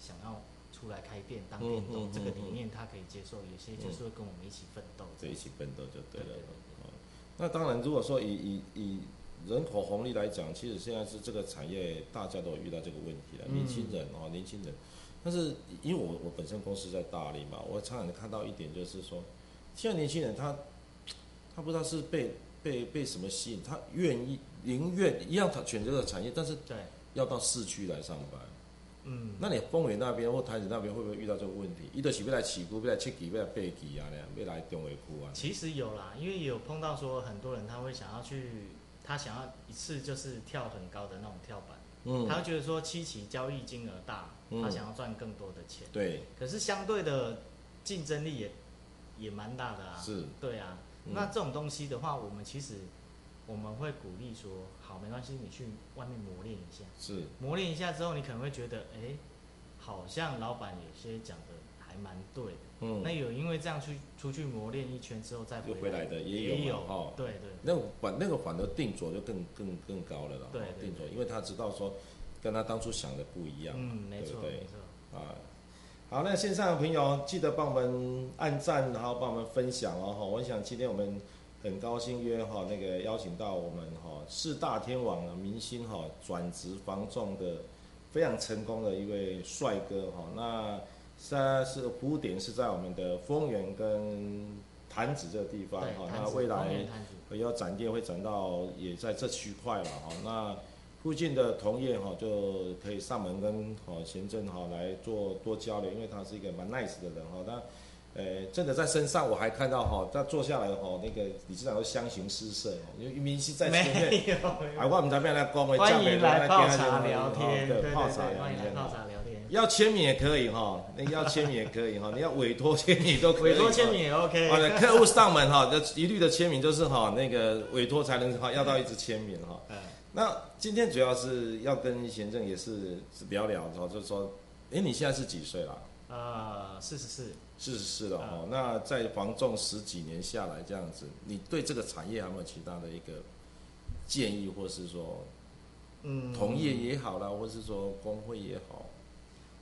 想要出来开店当店
嗯嗯
东，
嗯
这个
嗯
理念他可以接受，有些就是会跟我们一起奋斗这
这一
样。
起奋斗就对
对
了
对。
哦那当然，如果说以以以人口红利来讲，其实现在是这个产业大家都有遇到这个问题了，
嗯
年轻人哦，年轻人。但是因为我我本身公司在大理嘛，我常常看到一点就是说，现在年轻人他他不知道是被被被什么吸引，他愿意宁愿一样他选择的产业，但是
对，
要到市区来上班。
嗯，
那你丰原那边或台子那边会不会遇到这个问题？伊都是要来起菇，要来切鸡，要来背鸡啊，呢，要来中尾菇啊。
其实有啦，因为有碰到说很多人他会想要去，他想要一次就是跳很高的那种跳板，
嗯，
他会觉得说期期交易金额大，
嗯
他想要赚更多的钱，
对，
可是相对的竞争力也也蛮大的啊。
是，
对啊，
嗯
那这种东西的话，我们其实我们会鼓励说，好，没关系，你去外面磨练一下，
是，
磨练一下之后，你可能会觉得，哎，好像老板有些讲的还蛮对的。
嗯
那，有因为这样去出去磨练一圈之后再
又
回
回来的也有
也
嘛哈
对对
那个反那个反而定着就更更更高了啦。
对
哈
对
定着，因为他知道说跟他当初想的不一样。
嗯，没错
对不对
没错，
啊，好，那线上的朋友记得帮我们按赞，然后帮我们分享哦。哈，我想今天我们很高兴约哈那个邀请到我们哈四大天王的明星哈转职防重的非常成功的一位帅哥哈。那现在是服务点是在我们的丰原跟潭子这个地方
对，
哈。
摊
那
子
未来
方便摊子
也呃要展店会展到也在这区块了哈。那附近的同业哈就可以上门跟哦贤正哈来做多交流，因为他是一个蛮 nice 的人哈。那呃，真的在身上我还看到哈，他坐下来哈，那个理事长都相形失色哦，因为明星在前面，
没有，
啊，我们这边来光会
欢迎来泡茶聊天，对
对，
对对，
泡茶聊
欢迎来
天
泡
哈。
茶聊天，
要签名也可以哈，那个要签名也可以哈，你要委托签名都可以。
委托签名。也 OK，
好的，客户上门哈，就一律的签名就是哈，那个委托才能哈要到一支签名哈。
嗯
那今天主要是要跟贤正也是聊聊哈，就是说，哎，你现在是几岁了？
呃，四十四，
四十四了
啊
哈。那在房仲十几年下来这样子，你对这个产业还有没有其他的一个建议，或是说
嗯，
同业也好啦，或是说工会也好？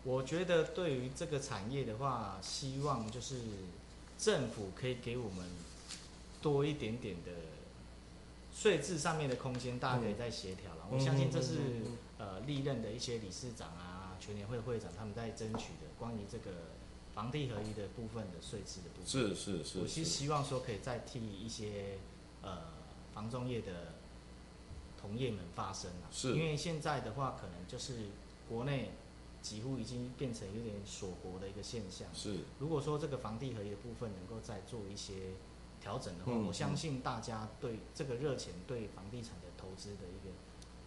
我觉得对于这个产业的话，希望就是政府可以给我们多一点点的税制上面的空间，大家可以再协调了。我相信这是
嗯嗯嗯
呃历任的一些理事长啊、全联会会长他们在争取的关于这个房地合一的部分的税制的部分。
是是是
嗯我
是
是希望说可以再替一些呃房仲业的同业们发声啊，
是
因为现在的话，可能就是国内几乎已经变成有点锁国的一个现象。
是
如果说这个房地合一的部分能够再做一些调整的话，
嗯
我相信大家对这个热钱对房地产的投资的一个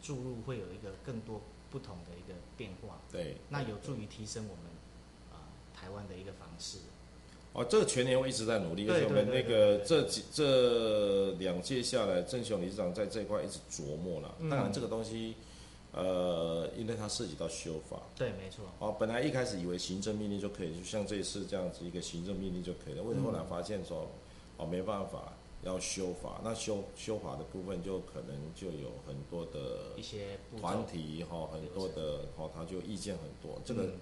注入会有一个更多不同的一个变化，
对。
那有助于提升我们啊、呃台湾的一个房市。
哦，这个全年我一直在努力，而
对
且我们那
对对
个
对对
这几这两届下来，郑雄理事长在这一块一直琢磨了。
嗯
当然，这个东西，呃，因为它涉及到修法，
对，没错。
哦，本来一开始以为行政命令就可以，就像这一次这样子一个行政命令就可以了，为什么
嗯
后来发现说，哦，没办法，要修法，那修修法的部分就可能就有很多
一
的
些步骤
团体哈、哦，很多的哦，他就意见很多，这个。
嗯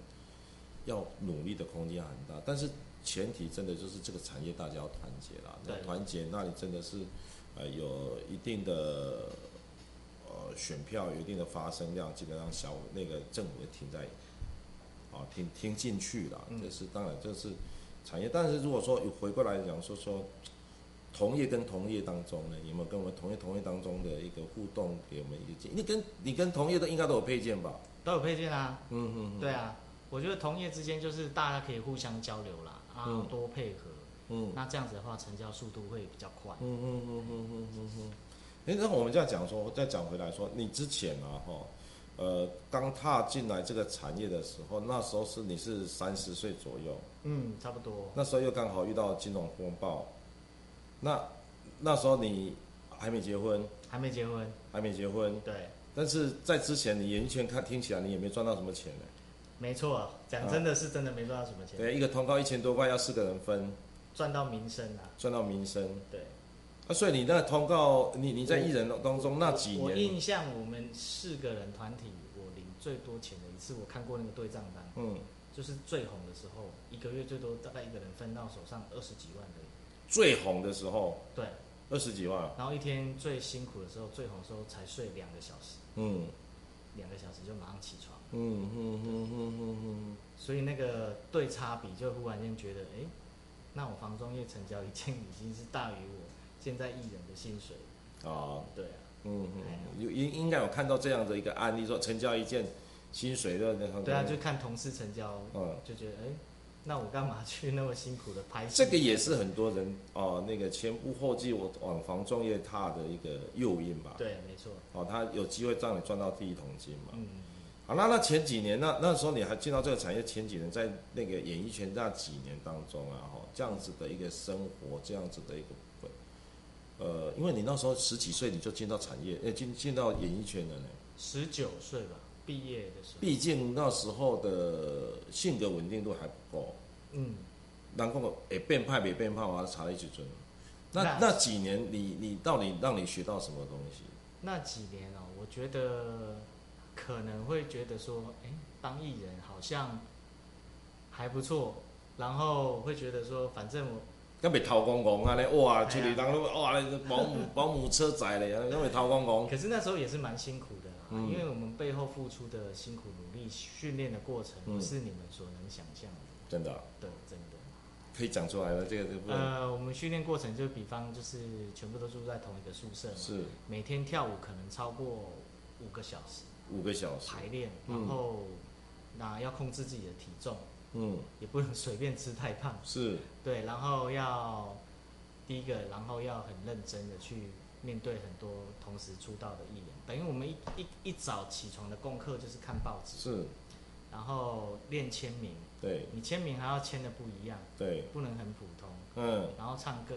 要努力的空间很大，但是前提真的就是这个产业大家要团结啦。那
对
团结，那你真的是呃有一定的呃选票，有一定的发声量，基本上小那个政府会听在啊听听进去啦。
嗯
这是当然，这是产业。但是如果说有回过来讲说说。同业跟同业当中呢，有没有跟我们同业同业当中的一个互动，给我们一个建议？你跟你跟同业都应该都有配件吧？
都有配件啊，
嗯嗯嗯，
对啊，我觉得同业之间就是大家可以互相交流啦，啊，
嗯
多配合，
嗯。
那这样子的话，成交速度会比较快
嗯。嗯嗯嗯嗯嗯嗯。哎、那我们这样讲说，再讲回来说，你之前啊，哈，呃，刚踏进来这个产业的时候，那时候是你是三十岁左右，
嗯，差不多。
那时候又刚好遇到金融风暴，那那时候你还没结婚，
还没结婚，
还没结婚，
对，
但是在之前你演艺圈看听起来你也没赚到什么钱呢、
没错，讲
啊
真的是真的没赚到什么钱，
对，一个通告一千多块要四个人分，
赚到民生啊，
赚到民生。
对。
啊，所以你那个通告，你你在艺人当中那几
我我
年，
印象我们四个人团体，我领最多钱的一次，我看过那个对账单，
嗯，
就是最红的时候，一个月最多大概一个人分到手上二十几万的，
最红的时候
对，
二十几万，
然后一天最辛苦的时候，最红的时候才睡两个小时，
嗯
两个小时就马上起床，
嗯嗯嗯嗯嗯嗯，
所以那个对差比就忽然间觉得，哎、那我房中业成交一件已经 <laughs> 是大于我现在艺人的薪水，
啊，嗯
对啊，
嗯嗯，有应应该有看到这样的一个案例，说成交一件薪水的那个
对啊，就看同事成交，
嗯，
就觉得哎、那我干嘛去那么辛苦的拍戏？
这个也是很多人哦、那个前仆后继我往房仲业踏的一个诱因吧。
对，没错，
哦，他有机会让你赚到第一桶金嘛。
嗯，
好啦，那前几年，那那时候你还进到这个产业，前几年在那个演艺圈那几年当中啊，哈，这样子的一个生活，这样子的一个部分，呃，因为你那时候十几岁你就进到产业，呃，进进到演艺圈了呢。
十九岁吧，毕业的时候，
毕竟那时候的性格稳定度还不够，
嗯，
然后诶变派没变派嘛，查了一起准。那
那
那几年你你到底让你学到什么东西？
那几年哦、我觉得可能会觉得说，哎、当艺人好像还不错，然后会觉得说，反正我
敢被掏光光啊嘞，哇，
哎呀
这里人都哇，那个保姆保姆车载嘞，敢被掏光光。
可是那时候也是蛮辛苦的啦，
哦嗯
因为我们背后付出的辛苦、努力、训练的过程，
嗯
不是你们所能想象的。
真的啊、
对，真的。
可以讲出来了，这个这个不能、
呃，我们训练过程就比方就是全部都住在同一个宿舍嘛，
是
每天跳舞可能超过五个小时
五个小时。
排练，
嗯
然后那要控制自己的体重，
嗯，
也不能随便吃太胖。
是
对，然后要第一个，然后要很认真的去面对很多同时出道的艺人。等于我们一一一早起床的功课就是看报纸，
是，
然后练签名，
对
你签名还要签的不一样，
对，
不能很普通。
嗯，
然后唱歌，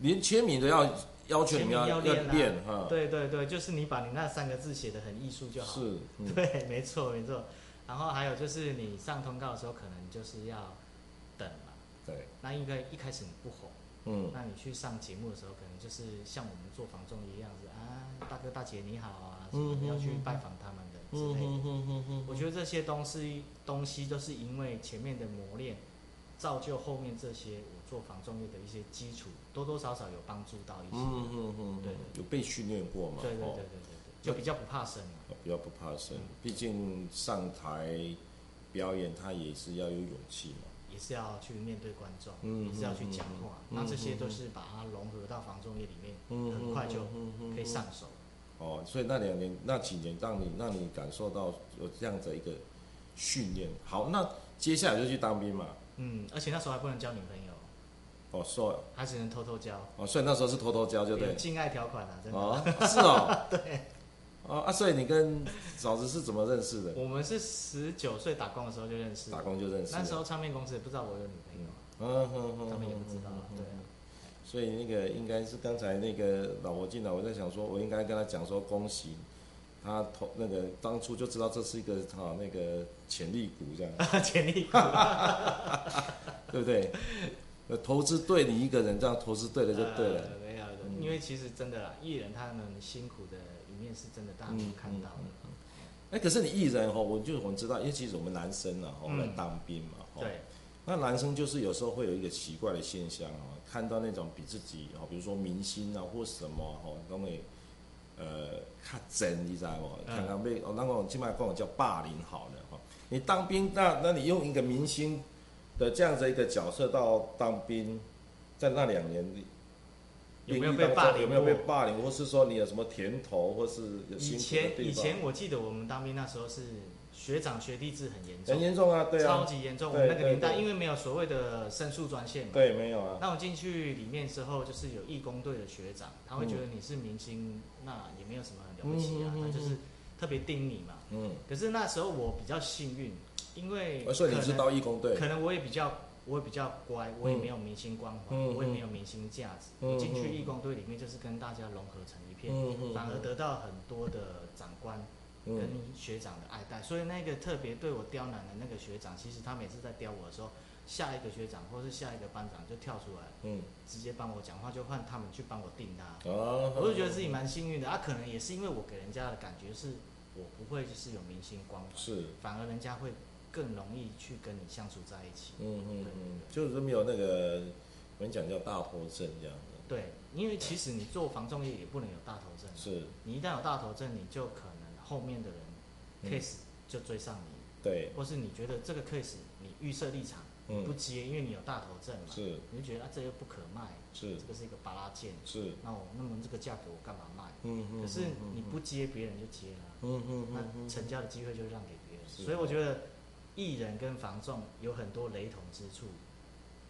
连签名都要要求你们要
签名要练啊
练哈。
对对对，就是你把你那三个字写的很艺术就好。
是，嗯，
对，没错没错。然后还有就是你上通告的时候，可能就是要等嘛。
对，
那应该一开始你不红。
嗯，
那你去上节目的时候，可能就是像我们做房仲一样子啊，大哥大姐你好啊，什么
嗯
的要去
嗯嗯
拜访他们的之
嗯
类的。
哼哼哼哼
我觉得这些东西东西都是因为前面的磨练，造就后面这些我做房仲业的一些基础，多多少少有帮助到一些。
嗯哼哼，
对对
有被训练过嘛？
对对对对
哦
对嗯对，就比较不怕生了。
比较不怕生，毕竟上台表演，他也是要有勇气嘛。
也是要去面对观众，
嗯
也是要去讲话，
嗯嗯
那这些都是把它融合到房仲业里面，
嗯
很快就
嗯嗯嗯
可以上手。
哦，所以那两年、那几年，让你让你感受到有这样的一个训练。好，那接下来就去当兵嘛。
嗯，而且那时候还不能交女朋友，
哦，所以
还只能偷偷交。
哦，所以那时候是偷偷教，就
有
对。
禁爱条款啊，真的。
哦，是
<laughs>
哦。对。哦啊，所以你跟嫂子是怎么认识的？
我们是十九岁打工的时候就认识，
打工就认识了。
那时候唱片公司也不知道我有女朋友啊，
嗯哼哼，
他们也不知道啊，对啊。 <laughs>
所以那个应该是刚才那个老婆进来，我在想说，我应该跟他讲说恭喜，他投那个当初就知道这是一个哈、那个潜力股这样，
潜力股，
对不对？ <laughs> 呃，投资对你一个人这样投资对了就对了，
呃没有的，
嗯
因为其实真的啦，艺人他们辛苦的一面是真的大家都看到
嗯
的，
哎、可是你艺人哈、我就我们知道，因为其实我们男生啊，哈，
嗯
来当兵嘛，哦哈、
对，
那男生就是有时候会有一个奇怪的现象哦，看到那种比自己哦，比如说明星啊或什么哦，都会呃看真，你知道不？
嗯
看看被哦，那个起码管我叫霸凌好了哈、哦。你当兵，那那你用一个明星的这样子一个角色到当兵，在那两年里。
有没有
兵役当
被
中
霸凌
有没有被
过
霸凌，或是说你有什么甜头，或是有辛
以
苦的
前
地
以
方？
前我记得我们当兵那时候是学长学弟制很严
很
重，
严重啊，对
超
啊，
级严重。我
对
们那个年代
对对
因为没有所谓的申诉专线嘛，
对，没有啊，
那我进去里面之后，就是有义工队的学长，他会觉得你是明星，那也没有什么了不起啊，
嗯嗯嗯嗯
他就是特别盯你嘛。
嗯，
可是那时候我比较幸运，因为
所以你
可
是
能
到义工队，
可能我也比较我也比较乖，我也
嗯
没有明星光环，
嗯嗯
我也没有明星价值。
嗯
我进去
嗯
义工队里面就是跟大家融合成一片，
嗯嗯
反而
嗯
得到很多的长官跟
嗯，
学长的爱戴，所以那个特别对我刁难的那个学长，其实他每次在刁我的时候，下一个学长或是下一个班长就跳出来，
嗯，
直接帮我讲话，就换他们去帮我定他。
哦，
我就觉得自己蛮幸运的，啊，可能也是因为我给人家的感觉是，我不会就是有明星光环，
是，
反而人家会更容易去跟你相处在一起。
嗯嗯嗯，就是没有那个我们讲叫大头症这样的，
对，因为其实你做防重业也不能有大头症，
是
你一旦有大头症，你就可能后面的人
嗯
case 就追上你，
对，
或是你觉得这个 case 你预设立场你不
嗯，
接，因为你有大头症嘛，
是
你就觉得啊这又不可卖，
是
这个是一个巴拉件，
是，
那我那么这个价格我干嘛卖？
嗯嗯，
可是你不接，别人就接了啊、
嗯嗯嗯
那成交的机会就让给别人。
是
所以我觉得艺人跟房仲有很多雷同之处。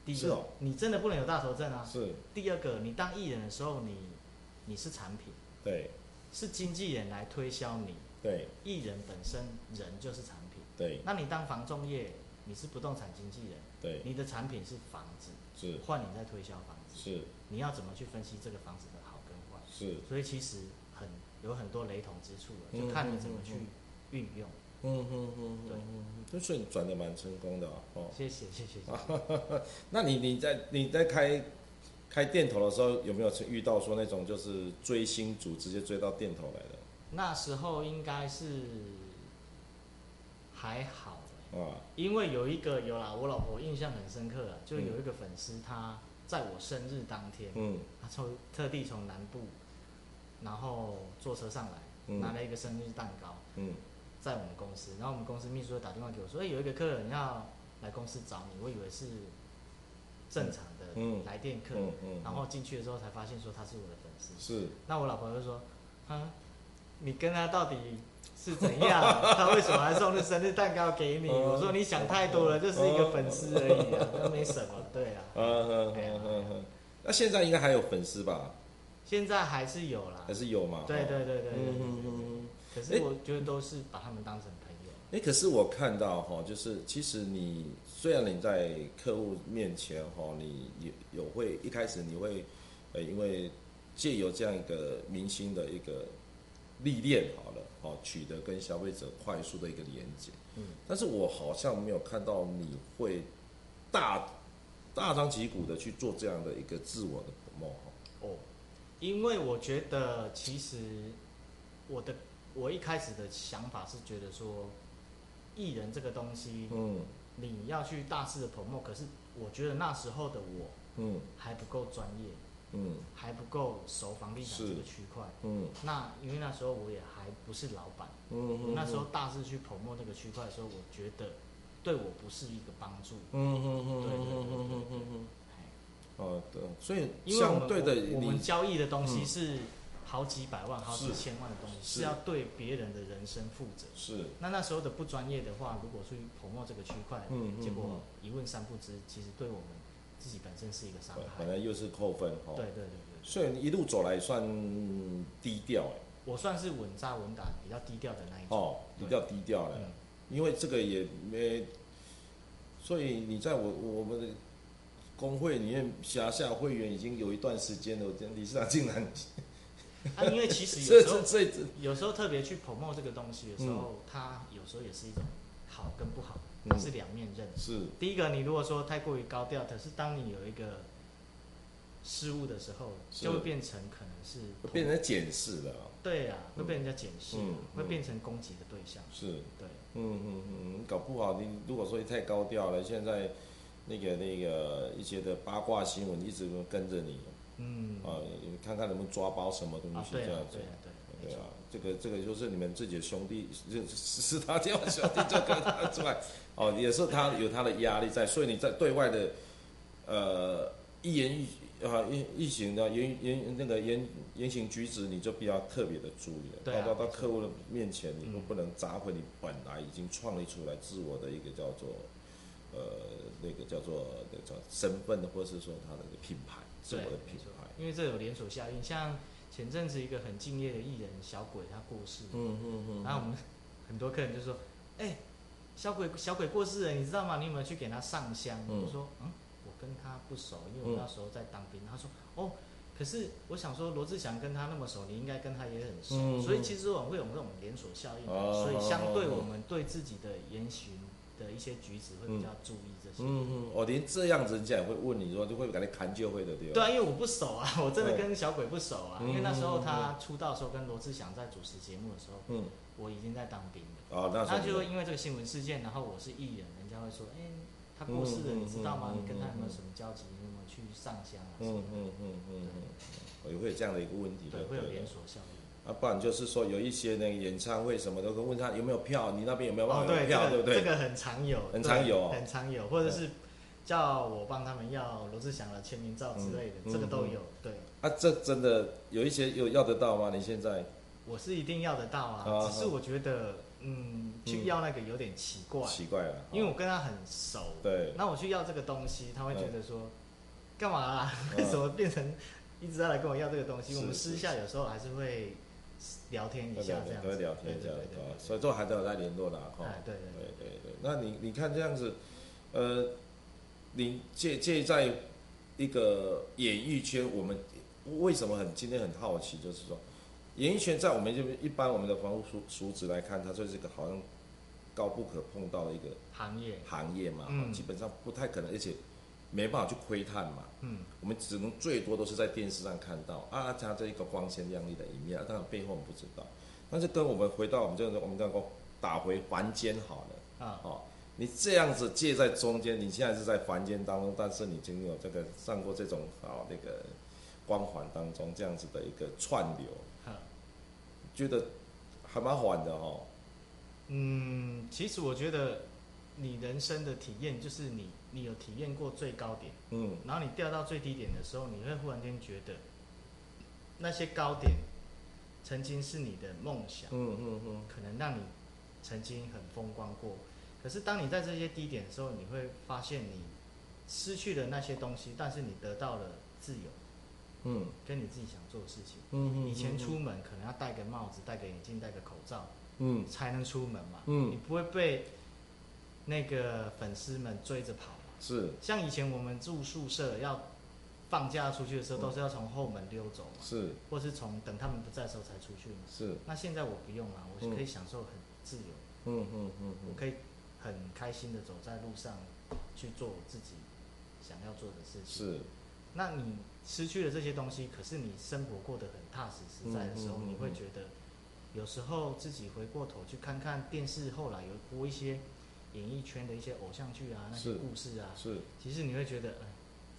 第一
是
个，
哦
你真的不能有大头症啊。
是，
第二个，你当艺人的时候，你你是产品，
对
是经纪人来推销你，
对
艺人本身人就是产品。
对
那你当房仲业，你是不动产经纪人，
对，
你的产品是房子，
是
换你在推销房子，
是
你要怎么去分析这个房子的好跟坏？
是，
所以其实很有很多雷同之处了，
嗯
就看你怎么去
嗯
运用。
嗯嗯嗯
对
嗯，就所以你转的蛮成功的哦哦。
谢谢谢谢，谢谢
<laughs> 那你你在你在开开店头的时候，有没有遇到说那种就是追星族直接追到店头来的
那时候应该是还好欸、
啊？
因为有一个有啦，我老婆印象很深刻啊，就有一个粉丝，他在我生日当天，
嗯
他从特地从南部，然后坐车上来，
嗯
拿了一个生日蛋糕
嗯
在我们公司，然后我们公司秘书就打电话给我说，哎、有一个客人要来公司找你，我以为是正常
嗯
的来电客人，
嗯嗯，
然后进去的时候才发现说他是我的粉丝，
是
那我老婆就说：“啊，你跟他到底是怎
<laughs>
样？他为什么还送了生日蛋糕给你？”
嗯
我说：“你想太多
哦
了，就是一个粉丝而已啊，那没什么。”对
<laughs>
啊，
啊嗯嗯嗯嗯，那现在应该还有粉丝吧？
现在还是有啦
还。是有嘛？
对对对对对
嗯嗯
对对。
嗯。
可是我觉得都是把他们当成朋友。
哎、可是我看到哈，就是其实你虽然你在客户面前哈，你有有会一开始你会，呃，因为借由这样一个明星的一个历练好了，好取得跟消费者快速的一个连接，
嗯，
但是我好像没有看到你会大大张旗鼓的去做这样的一个自我的 promo 哈，
哦，因为我觉得其实我的我一开始的想法是觉得说，艺人这个东西
嗯
你要去大肆的 promote，可是我觉得那时候的我。
嗯
还不够专业，
嗯
还不够熟房地产
是
这个区块。
嗯
那因为那时候我也还不是老板，
嗯，
那时候大致去 promo 这个区块的时候，我觉得对我不是一个帮助。
嗯嗯嗯嗯嗯嗯嗯，
哎
哦对，所以
因为我
相
们
对的
我我
你
们。交易的东西
嗯
是好几百万、好几千万的东西，
是
是要对别人的人生负责。
是，
那那时候的不专业的话，如果去 promo 这个区块，
嗯嗯
结果一问三不知，其实对我们自己本身是一个伤
对
害。
呃本来又是扣分哈。
对对，对对。
所以你一路走来算低调哎，
我算是稳扎稳打、比较低调的那一种。
哦，比
对
较低调了，
嗯
因为这个也没，所以你在我我们的工会里面辖下会员已经有一段时间了，这理事长竟然
啊，因为
<laughs>
其实
这
有时候
这这这，
有时候特别去 promote 这个东西的时候，它有时候也是一种好跟不好，
嗯
它是两面刃。
是
第一个，你如果说太过于高调，可是当你有一个失误的时候，
是
就会变成可能是
变成检视了啊，
对啊，
嗯
会被人家检视，
嗯
会变成攻击的对象。
是。
对，
嗯嗯嗯，搞不好你如果说太高调了，现在那个那个一些的八卦新闻一直跟着你，
嗯，
啊，你看看能不能抓包什么东
啊
西
对
这
啊
样，子
对。啊，对，
对啊
没错，，
这个这个就是你们自己的兄弟， <laughs> 是是是他叫兄弟就跟他出来， <laughs> 哦，也是他有他的压力在，所以你在对外的，呃，一言一啊一一行的言言那个言言行举止，你就比较特别的注意了，
对啊
包括到
没错
客户的面前，你都
嗯
不能砸毁你本来已经创立出来自我的一个叫做，呃，那个叫做那个叫身份，或者是说他的一个品牌，自
对，
我的
没
品
错
牌，
因为这有连锁效应。像前阵子一个很敬业的艺人小鬼，他过世，
嗯嗯嗯，
然后我们很多客人就说：“哎、小鬼小鬼过世了，你知道吗？你有没有去给他上香？”
嗯
我说：“嗯，我跟他不熟，因为我那时候在当兵。他说：“哦，可是我想说罗志祥跟他那么熟，你应该跟他也很熟。
嗯嗯
所以其实我们会有这种连锁效应，
哦
所以相对我们对自己的言行的一些举止会比较注意这些。
嗯嗯，我连这样子人家也会问你说，就会给你砍就会的对吧？
对啊，因为我不熟啊， <laughs> 我真的
对
跟小鬼不熟啊。
嗯
因为那时候
嗯嗯
他出道的时候跟罗志祥在主持节目的时候，
嗯，
我已经在当兵了。
哦，那时
他
候
就会
你
因为这个新闻事件，然后我是艺人，人家会说，哎、他过世了，
嗯嗯
你知道吗？
嗯嗯
你跟他有没有什么交集？你有没有去上香啊？什
嗯
么
嗯嗯嗯嗯，也会有这样的一个问题
的？
的，
对，会有
对
连锁效应。
啊，不然就是说有一些那个演唱会什么的，都问他有没有票，你那边有没有
哦，
办法有
对，这
票，
个
对不对
这？个很常有，
很
对
常有哦
很常有，或者是叫我帮他们要罗志祥的签名照之类的，
嗯
这个都
嗯嗯
有。对，
啊，这真的有一些有要得到吗？你现在
我是一定要得到啊，
啊
只是我觉得，嗯，去要那个有点奇怪，
奇怪了，
因为
哦
我跟他很熟，
对，
那我去要这个东西，他会觉得说，干嘛啦？
嗯
<laughs> 为什么变成一直要来跟我要这个东西？
是
我们私下
是
有时候还是会聊天一
会聊
下这
天
样
都会
子，
聊天这
对
样子
对对
哦
对，
所以都还都有在联络啦，哈、
哎对对
对对对，那你你看这样子，呃，你介介在一个演艺圈，我们为什么很今天很好奇，就是说，演艺圈在我们这边一般我们的房屋熟熟知来看，它就是一个好像高不可碰到的一个
行业，
行业嘛，
嗯
基本上不太可能，而且没办法去窥探嘛。
嗯，
我们只能最多都是在电视上看到啊，它这一个光鲜亮丽的一面，啊当然背后我们不知道。但是跟我们回到我们这个，我们刚刚打回凡间好了，
啊，
哦，你这样子介在中间，你现在是在凡间当中，但是你已经有这个上过这种好、那个光环当中这样子的一个串流，
好
觉得还蛮好玩的哦。
嗯，其实我觉得你人生的体验就是你，你有体验过最高点，
嗯，
然后你掉到最低点的时候，你会忽然间觉得那些高点曾经是你的梦想，
嗯嗯嗯，
可能让你曾经很风光过。可是当你在这些低点的时候，你会发现你失去了那些东西，但是你得到了自由，
嗯
跟你自己想做的事情。
嗯嗯，
以前出门可能要戴个帽子、戴个眼镜、戴个口罩
嗯
才能出门嘛，你
嗯
不会被那个粉丝们追着跑嘛。
是
像以前我们住宿舍要放假出去的时候，
嗯
都是要从后门溜走嘛，
是
或是从等他们不在的时候才出去嘛。
是，
那现在我不用啦，我是
嗯
可以享受很自由，
嗯嗯嗯
我
嗯
可以很开心的走在路上去做我自己想要做的事情。
是。
那你失去了这些东西，可是你生活过得很踏实实在的时候，
嗯嗯嗯嗯
你会觉得有时候自己回过头去看看电视，后来有播一些演艺圈的一些偶像剧啊，那些
是
故事啊，
是
其实你会觉得，哎，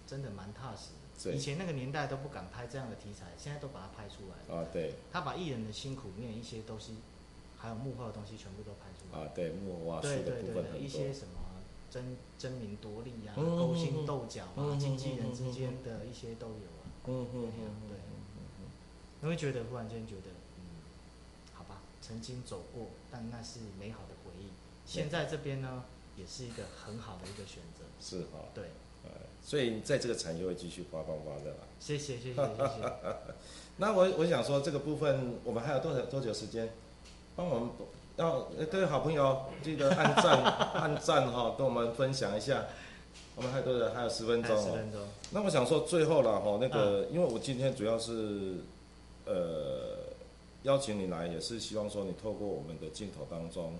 真的蛮踏实的。
对
以前那个年代都不敢拍这样的题材，现在都把它拍出来了。
啊，对
他把艺人的辛苦面、一些东西，还有幕后的东西，全部都拍出来。
啊，对木偶啊，
对
书
对
的部分
对对，一
很
些
多，
什么争争名夺利啊、
嗯
勾心斗角啊、
嗯嗯
经纪人之间的一些都有啊。
嗯
对
嗯
啊
嗯，
对，你会觉得忽然间觉得，嗯，好吧，曾经走过，但那是美好的回忆。现在这边呢，也是一个很好的一个选择。
是哈，
对，
呃，所以在这个产业会继续发光发热啦。
谢谢
<laughs>
谢谢谢谢。
哦那我我想说这个部分，我们还有多久多久时间？帮我们要呃各位好朋友记得按赞 <laughs> 按赞哈、跟我们分享一下。我们还有多久？还有十分钟
十
哦。
分钟，
那我想说最后了哈、那个、因为我今天主要是呃邀请你来，也是希望说你透过我们的镜头当中，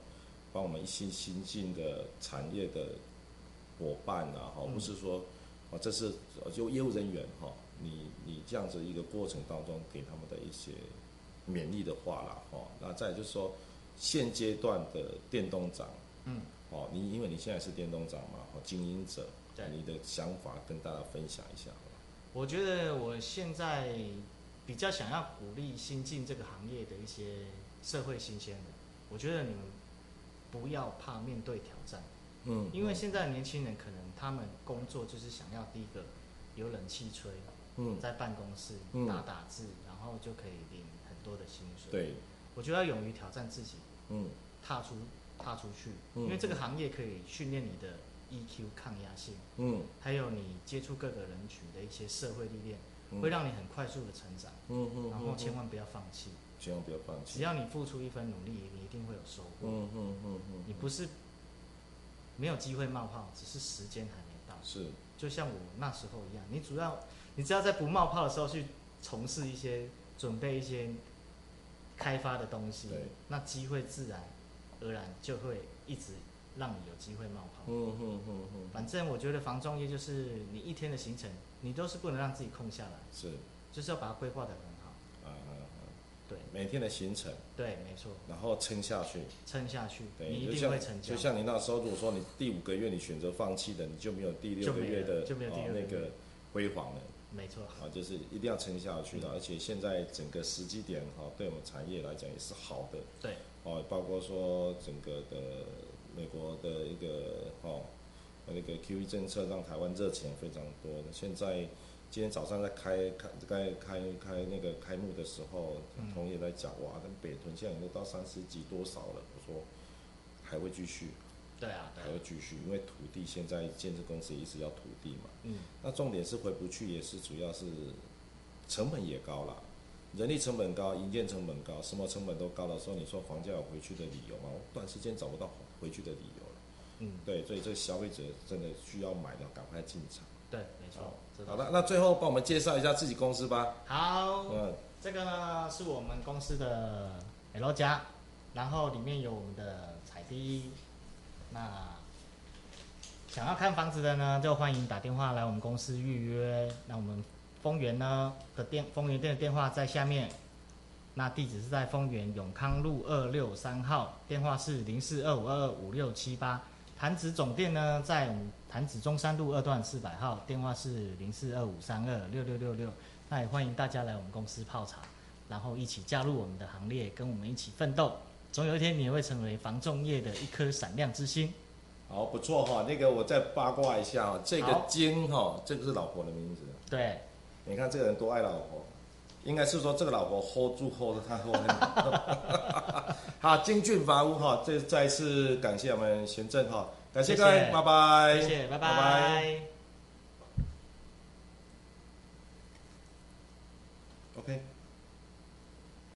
帮我们一些新进的产业的伙伴啊，哈、
嗯
不是说啊这是呃就业务人员哈、你你这样子一个过程当中给他们的一些勉励的话啦，哈、那再就是说现阶段的电动长，
嗯，
哦，你因为你现在是电动长嘛，哦，经营者。
对，
你的想法跟大家分享一下好吧
我觉得我现在比较想要鼓励新进这个行业的一些社会新鲜人，我觉得你们不要怕面对挑战，
嗯
因为现在年轻人可能他们工作就是想要第一个有冷气吹，
嗯，
在办公室
嗯
打打字，然后就可以领很多的薪水。，
对，
我觉得要勇于挑战自己，
嗯
踏出踏出去，
嗯
因为这个行业可以训练你的 EQ 抗压性。
嗯
还有你接触各个人群的一些社会历练，
嗯
会让你很快速的成长。
嗯嗯，
然后千万不要放弃，
千万不要放
只
弃，
要你付出一分努力，你一定会有收获。
嗯嗯嗯嗯，
你不是没有机会冒泡，只是时间还没到。
是
就像我那时候一样，你主要你只要在不冒泡的时候去从事一些准备一些开发的东西
对，
那机会自然而然就会一直让你有机会冒泡。
嗯嗯嗯嗯
反正我觉得房仲业就是你一天的行程，你都是不能让自己空下来，
是
就是要把它规划得很好。
啊啊啊，
对
每天的行程，
对，没错，
然后撑下去，
撑下去，
对，
你一
就
定会
像
成交
就。像你那时候，如果说你第五个月你选择放弃的，你就没有第六
就
个
没
月
了
的
就没有第
哦
六个
那个
月
辉煌了。
没错，
啊，就是一定要撑下去
嗯
的，而且现在整个时机点哈、对我们产业来讲也是好的，
对，
哦，包括说整个的美国的 E 一个哦那个 QE 政策，让台湾热钱非常多。现在今天早上在开开开开开那个开幕的时候
嗯，
同业在讲哇，那北屯现在已经到三十几多少了？我说还会继续，
对啊，对
还
啊
会继续，因为土地现在建设公司也一直要土地嘛。
嗯，
那重点是回不去，也是主要是成本也高啦，人力成本高，营建成本高，什么成本都高的时候，你说房价有回去的理由吗？我短时间找不到回去的理由了。
嗯，
对，所以这个消费者真的需要买的，赶快进场。
对，没错，这
好
都
了，那最后帮我们介绍一下自己公司吧。
好，
嗯，
这个呢是我们公司的 L 加，然后里面有我们的彩滴。那想要看房子的呢，就欢迎打电话来我们公司预约。那我们丰源呢的电丰源店的电话在下面，那地址是在丰源永康路二六三号，电话是零四二五二二五六七八。潭子总店呢在我们潭子中山路二段四百号，电话是零四二五三二六六六六。那也欢迎大家来我们公司泡茶，然后一起加入我们的行列，跟我们一起奋斗。总有一天你也会成为防重业的一颗闪亮之星。
好，不错哈、那个我再八卦一下哈、这个
好
金哈、这个是老婆的名字。
对，
你看这个人多爱老婆，应该是说这个老婆 hold 住 hold 他 hold 很好。 <laughs> 好，金骏房屋哈，这再一次感谢我们贤正哈，感谢各位，
谢谢
拜拜，
谢谢，
拜拜
拜
OK。